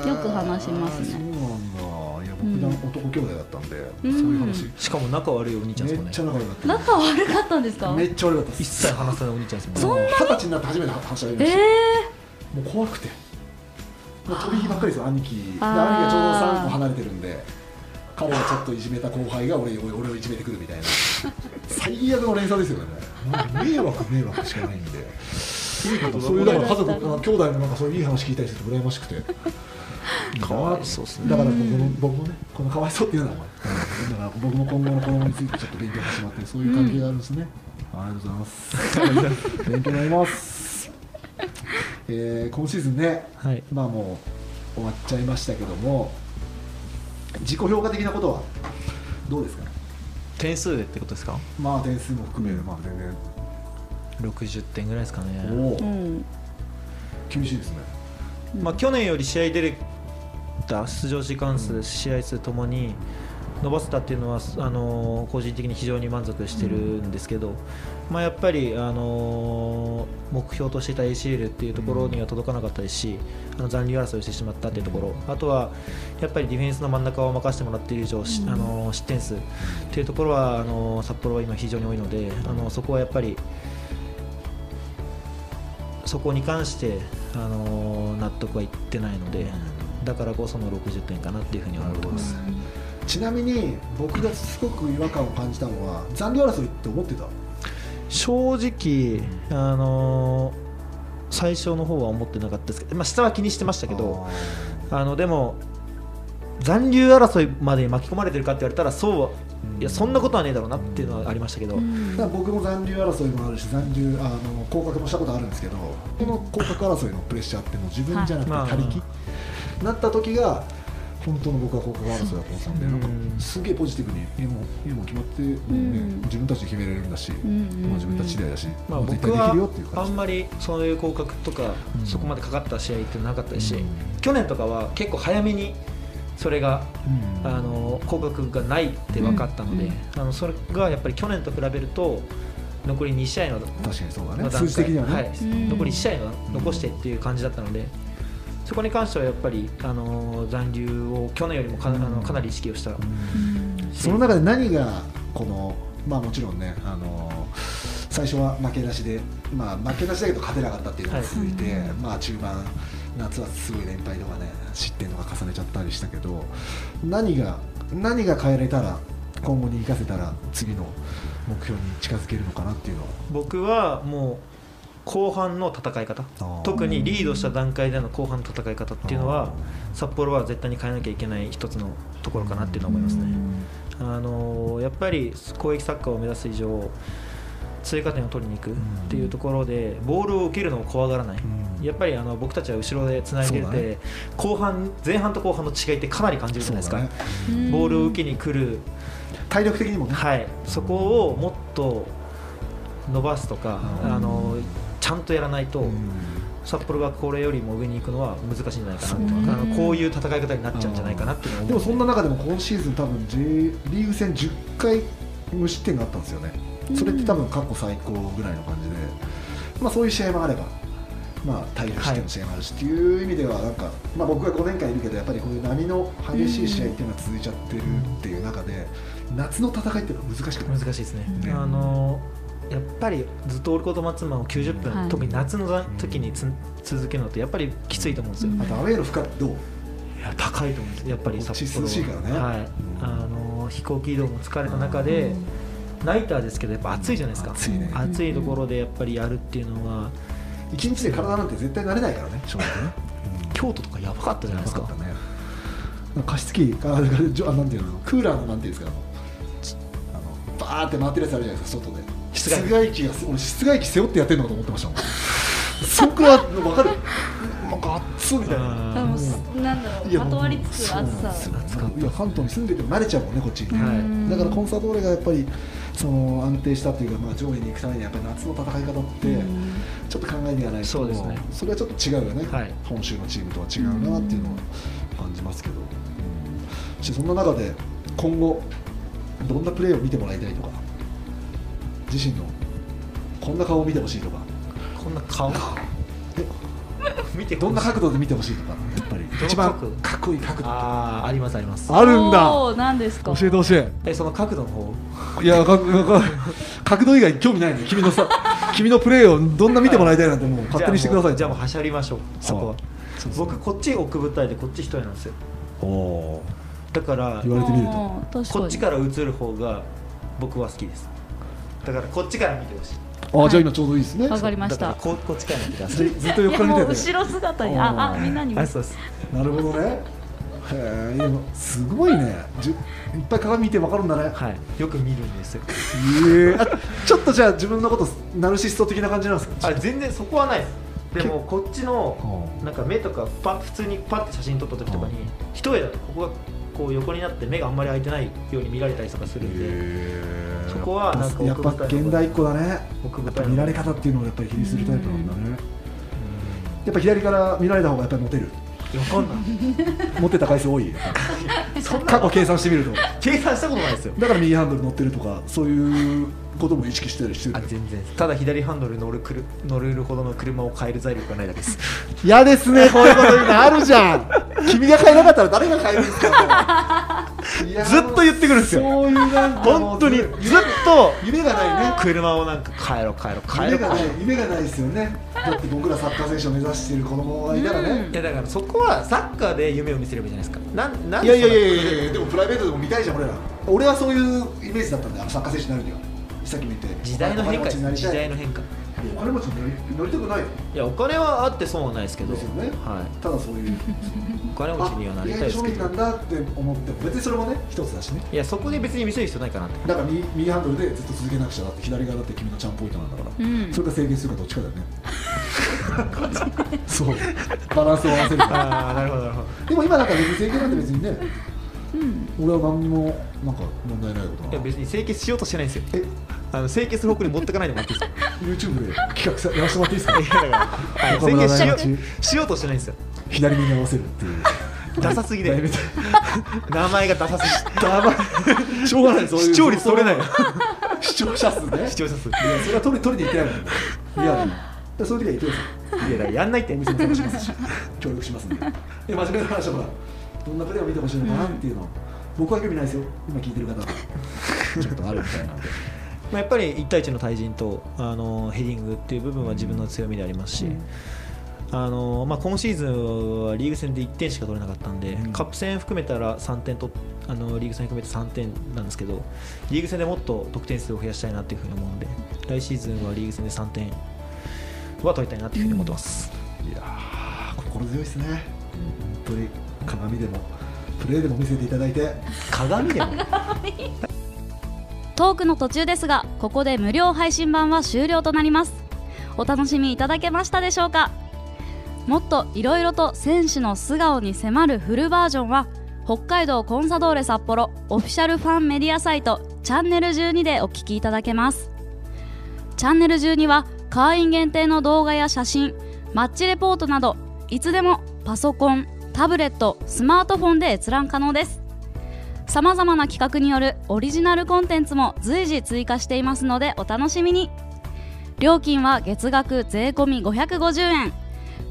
C: よく話しますね
B: へーそうなんだいや
C: う
B: 僕
C: ん
B: ら男兄弟だったんで、
C: うん
B: そういう話
D: しかも仲悪いお兄ちゃんです
B: めっ
D: もん
B: ちゃ
D: ね
B: 仲良かった
C: 仲悪かったんですか
B: めっちゃ悪かったで
D: 一
B: す
D: 切話さないお兄ちゃんですもんね
C: そんな
B: 二十
C: に
B: 歳になって初めて話し合いま
C: え
B: し
C: え
B: た、もう怖くてもう飛び火ばっかりですよ兄貴で兄貴
C: あー
B: がちょうど3個離れてるんで彼がちょっといじめた後輩が俺俺俺をいじめてくるみたいな最悪の連鎖ですよねもう迷惑迷惑しかないんでそういうだから家族兄弟のなんかそういういい話聞いたりすると羨ましくて
D: かわいそうっすね
B: だから僕も僕もねこのかわいそうっていうのはお前だから僕も今後の子供についてちょっと勉強始まってそういう関係があるんですね、ありがとうございます 勉強になります、えー今シーズンね
D: はい
B: まあもう終わっちゃいましたけども自己評価的なことはどうですか
D: 点数でってことですか
B: まあ点数も含めまあ全然
D: 60点ぐらいですかね、
B: おお
C: うん
B: 厳しいですね
D: まあ、去年より試合出れた出場時間数、試合数ともに伸ばせたっていうのはあのー個人的に非常に満足してるんですけど、まあ、やっぱり、あのー目標としていた ACL っていうところには届かなかったですし、あの残留争いをしてしまったっていうところ、あとはやっぱりディフェンスの真ん中を任せてもらっている以上、しあのー失点数っていうところはあのー札幌は今非常に多いので、あのーそこはやっぱりそこに関して、あのー納得はいってないので、だからこその60点かなっていうふうには思ってます。
B: ちなみに僕がすごく違和感を感じたのは残留争いって思ってた
D: 正直、あのー最初の方は思ってなかったですけど、まあ、下は気にしてましたけどあのでも残留争いまでに巻き込まれてるかって言われたらそうは
B: うん
D: いやそんなことはねえだろうなっていうのはありましたけど、
B: だから僕も残留争いもあるし残留あの降格もしたことあるんですけどこの降格争いのプレッシャーってもう自分じゃなくて
D: はい
B: 他力、
D: ま
B: なった時が本当の僕は降格争いだと思ったんで、
D: うん
B: なんかすげえポジティブにえもうえもう決まって、ね
C: ん
B: 自分たちで決めれるんだし、
C: うんうんうん
B: まあ、自分たち次第だし、
D: まあ、
B: 絶
D: 僕
B: 対で
D: は
B: きるよっていう感
D: あ
B: じ
D: んまりそういう降格とか、
B: うん
D: そこまでかかった試合ってなかったし、
B: うん
D: 去年とかは結構早めにそれが
B: うん
D: あの降格がないって分かったので、
C: うん
D: あのそれがやっぱり去年と比べると残り2試合の
B: 確かにそうだ
D: の
B: ね
D: 段階
B: 数字的にはね、
D: い
C: うん
D: 残り1試合は残してっていう感じだったので、そこに関してはやっぱり、あのー残留を去年よりもか,、あのかなり意識をした、
B: その中で何がこのまあもちろんねあの最初は負けなしで、まあ、負けなしだけど勝てなかったっていうのが続いて、
C: は
B: まあ、中盤夏はすごい連敗とかね失点とか重ねちゃったりしたけど何が何が変えられたら今後に生かせたら次の目標に近づけるのかなっていうのは
D: 僕はもう後半の戦い方
B: ー
D: 特にリードした段階での後半の戦い方っていうのは札幌は絶対に変えなきゃいけない一つのところかなっていうのは思いますね。あのーやっぱり攻撃サッカーを目指す以上追加点を取りに行くっていうところでボールを受けるのを怖がらない、
B: うん
D: やっぱりあの僕たちは後ろでつないで
B: そうだ
D: て、
B: ね
D: 後半前半と後半の違いってかなり感じるじゃないですか、
B: そうだね
D: ボールを受けに来る、
B: 体力的にもね、
D: はい、そこをもっと伸ばすとか、
B: うん
D: あのーちゃんとやらないと、
B: うん
D: 札幌がこれよりも上に行くのは難しいんじゃないか
F: そう
D: なとあのこういう戦い方になっちゃうんじゃないかなっていうのを
B: で
D: 思
B: も
D: う
B: そんな中でも今シーズン多分 J リーグ戦10回無失点があったんですよねそれって多分過去最高ぐらいの感じで、まあ、そういう試合もあれば、まあ、大量失点の試合もあるし、っていう意味ではなんか、まあ、僕が5年間いるけどやっぱりこういう波の激しい試合っていうのが続いちゃってるっていう中で夏の戦いっていうのは難しくない
D: 難しいですね、
B: ね
D: あのやっぱりずっとオールコートマツマンを90分、
F: はい
D: 特に夏の時につ続けるのってやっぱりきついと思うんですよ、
F: うん
B: あとアウェーの負荷ってどう
D: いや高いと思うんですやっぱり札幌
B: こっち涼しいからね
D: はい
B: うん
D: あの飛行機移動も疲れた中でナイターですけどやっぱ暑いじゃないですか、
B: 暑いね
D: 暑いところでやっぱりやるっていうのは
B: 1日で体なんて絶対慣れないからね正直ね、うん
D: 京都とかやばかったじゃないですか
B: やばったねなんか加湿器あじょあなんていうのクーラーのなんていうんですかあのあのバーって回ってるやつあるじゃないですか外で
D: 室外機
B: 機が俺室外機背負ってやってるのかと思ってましたもんそこは分 かるなんか暑いみたいな
F: 多
D: あ
F: 分なんだろうまとわりつつ暑さ
B: そうなんですよいや関東に住んでても慣れちゃうもんねこっちにね、
D: はい
B: だからコンサート俺がやっぱりその安定したというか、まあ、上位に行くためにやっぱり夏の戦い方ってちょっと考えにはないと
D: そうですね
B: それはちょっと違うよね、
D: はい
B: 本州のチームとは違うなっていうのは感じますけど、そしてそんな中で今後どんなプレーを見てもらいたいとか自身のこんな顔を見てほしいと か
D: ーこんな顔見て
B: どんな
D: 角
B: 角 度で見てほしいとかやっぱり
D: どの
B: 一番
D: 角度
B: かっこいい角度
D: ああありますあります
B: あるんだ
F: おー何ですか
B: 教えてほしい
D: えその角度の方
B: いや、か か角度以外に興味ないね、君の さ、君のプレーをどんな見てもらいたいなんて、もう勝手にしてください。
D: じゃあもうじゃあもうはしゃりましょうそこは
B: そうそう
D: 僕こっち奥舞台でこっち一人なんですよ
B: おー
D: だから
B: 言われてみると
F: おー確かに
D: こっちから映る方が僕は好きですだからこっちから見てほしい
B: あー、じゃあ今ちょうどいいですね。
F: わかりまし
D: だ
F: た
D: からここっちから見てくださ
B: ず
D: い
B: ずっと横か
F: い
B: ら
F: や
B: 見
F: もう
B: てて
F: 後。ろ姿に
B: おー
F: ああみんなに
D: あ
F: 見
D: そうです
B: なるほどね。へえ、でもすごいね。じゅいっぱい鏡見てわかるんだね。
D: はいよく見るん ですよ
B: ええあちょっとじゃあ自分のことナルシスト的な感じなんですか。
D: あ全然そこはないですでもこっちの
B: うん
D: なんか目とかパッ普通にパッて写真撮った時とかに
B: う
D: 一重だとここがこう横になって目があんまり開いてないように見られたりとかするんで
B: へ
D: そこはなんか
B: やっぱ現代っ子だね。
D: 奥
B: や
D: 舞
B: っぱ
D: 台
B: 見られ方っていうのをやっぱり気にするタイプなんだね。やっぱ左から見られた方がやっぱりモテ る。
D: わかんない
B: 持ってた回数多い過去計算してみるとだ
D: 計算したことないですよ
B: から右ハンドル乗ってるとかそういうことも意識したりして
D: あ
B: る
D: 全然ただ左ハンドル乗るくる乗れるほどの車を変える財力がないだけです
B: 嫌ですねこういうことになるじゃん君が買えなかったら誰が買えるんですかもういやー
D: ずっと言ってくるんですよ
B: そういうなんかもう
D: 本当にずっ
B: 夢
D: と
B: 夢がないね
D: 車をなんか変えろ変えろ変え
B: 夢
D: ろ
B: がない夢がないですよねだって僕らサッカー選手を目指している子供がいたらね
D: いやだからそこはサッカーで夢を見せればいいじゃないですかなんなん
B: い
D: で
B: や
D: そ
B: い
D: ん
B: や
D: ない
B: やいやいやでもプライベートでも見たいじゃん俺ら俺はそういうイメージだったんだよあのサッカー選手になるにはさっき見て
D: 時代の変化
B: お金持ちになり
D: 時
B: たい
D: 代の変化
B: お金持ちになりなりたくないよ
D: いやお金はあって損はないですけど、
B: ですよね
D: はい、
B: ただそういう
D: お金持ちにはなりたい
B: あ意外に
D: です
B: 庶
D: け
B: 民な
D: ど
B: んだって思っても別にそれもね一つだしね
D: いやそこで別に見せる必要ないかなって
B: だから右右ハンドルでずっと続けなくちゃだって左側だって君のチャンポイントなんだから、
F: うん
B: それか制限するかどっちかだよね そうバランスを合わせるから
D: ああなるほどなるほど
B: でも今なんか別に制限なんて別にね、俺は何にもなんか問題ないことない
D: や別に清潔しようとしてないんですよ
B: え
D: あの清潔の方向に持ってかないでもらっていいですか
B: YouTube で企画さやらせてもらっていいですか
D: いやだから、はい、
B: 中
D: 清
B: 村
D: 潔しよ
B: 大吉
D: うしようとしてないんですよ
B: 左目に合わせるっていう
D: ダサすぎ
B: だい
D: で
B: ぶ
D: 名前がダサすぎ
B: だばいしょうがないそういう
D: 視聴率取れない
B: 視聴者数ね
D: 視聴者数い
B: いやそれは取り取りに行ってないもんねいやでそういう時は行ってくださ
D: やだからやんないっ て
B: いお店も探しますし 協力しますんでいや真面目な話はほらどんなプレーを見てほしいのかなっていうのを、僕は興味ないですよ今聞いてる方はちょっとあるみたいなんで
D: まあ、やっぱり1対1の対人とあのヘディングっていう部分は自分の強みでありますし、あのまあ、今シーズンはリーグ戦で1点しか取れなかったんで、
B: うん
D: カップ戦含めたら3点とあのリーグ戦含めて3点なんですけどリーグ戦でもっと得点数を増やしたいなというふうに思うので来シーズンはリーグ戦で3点は取りたいなというふうに思ってます。
B: いやー心強いですね本当に鏡でもプレーでも見せていただいて
D: 鏡でも
C: トークの途中ですがここで無料配信版は終了となりますお楽しみいただけましたでしょうかもっといろいろと選手の素顔に迫るフルバージョンは北海道コンサドーレ札幌オフィシャルファンメディアサイトチャンネル12でお聞きいただけますチャンネル12は会員限定の動画や写真マッチレポートなどいつでもパソコンタブレットスマートフォンで閲覧可能ですさまざまな企画によるオリジナルコンテンツも随時追加していますのでお楽しみに料金は月額税込み550円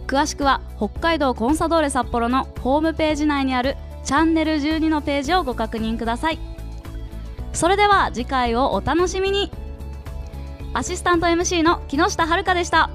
C: 詳しくは北海道コンサドーレ札幌のホームページ内にあるチャンネル12のページをご確認くださいそれでは次回をお楽しみにアシスタント MC の木下遥でした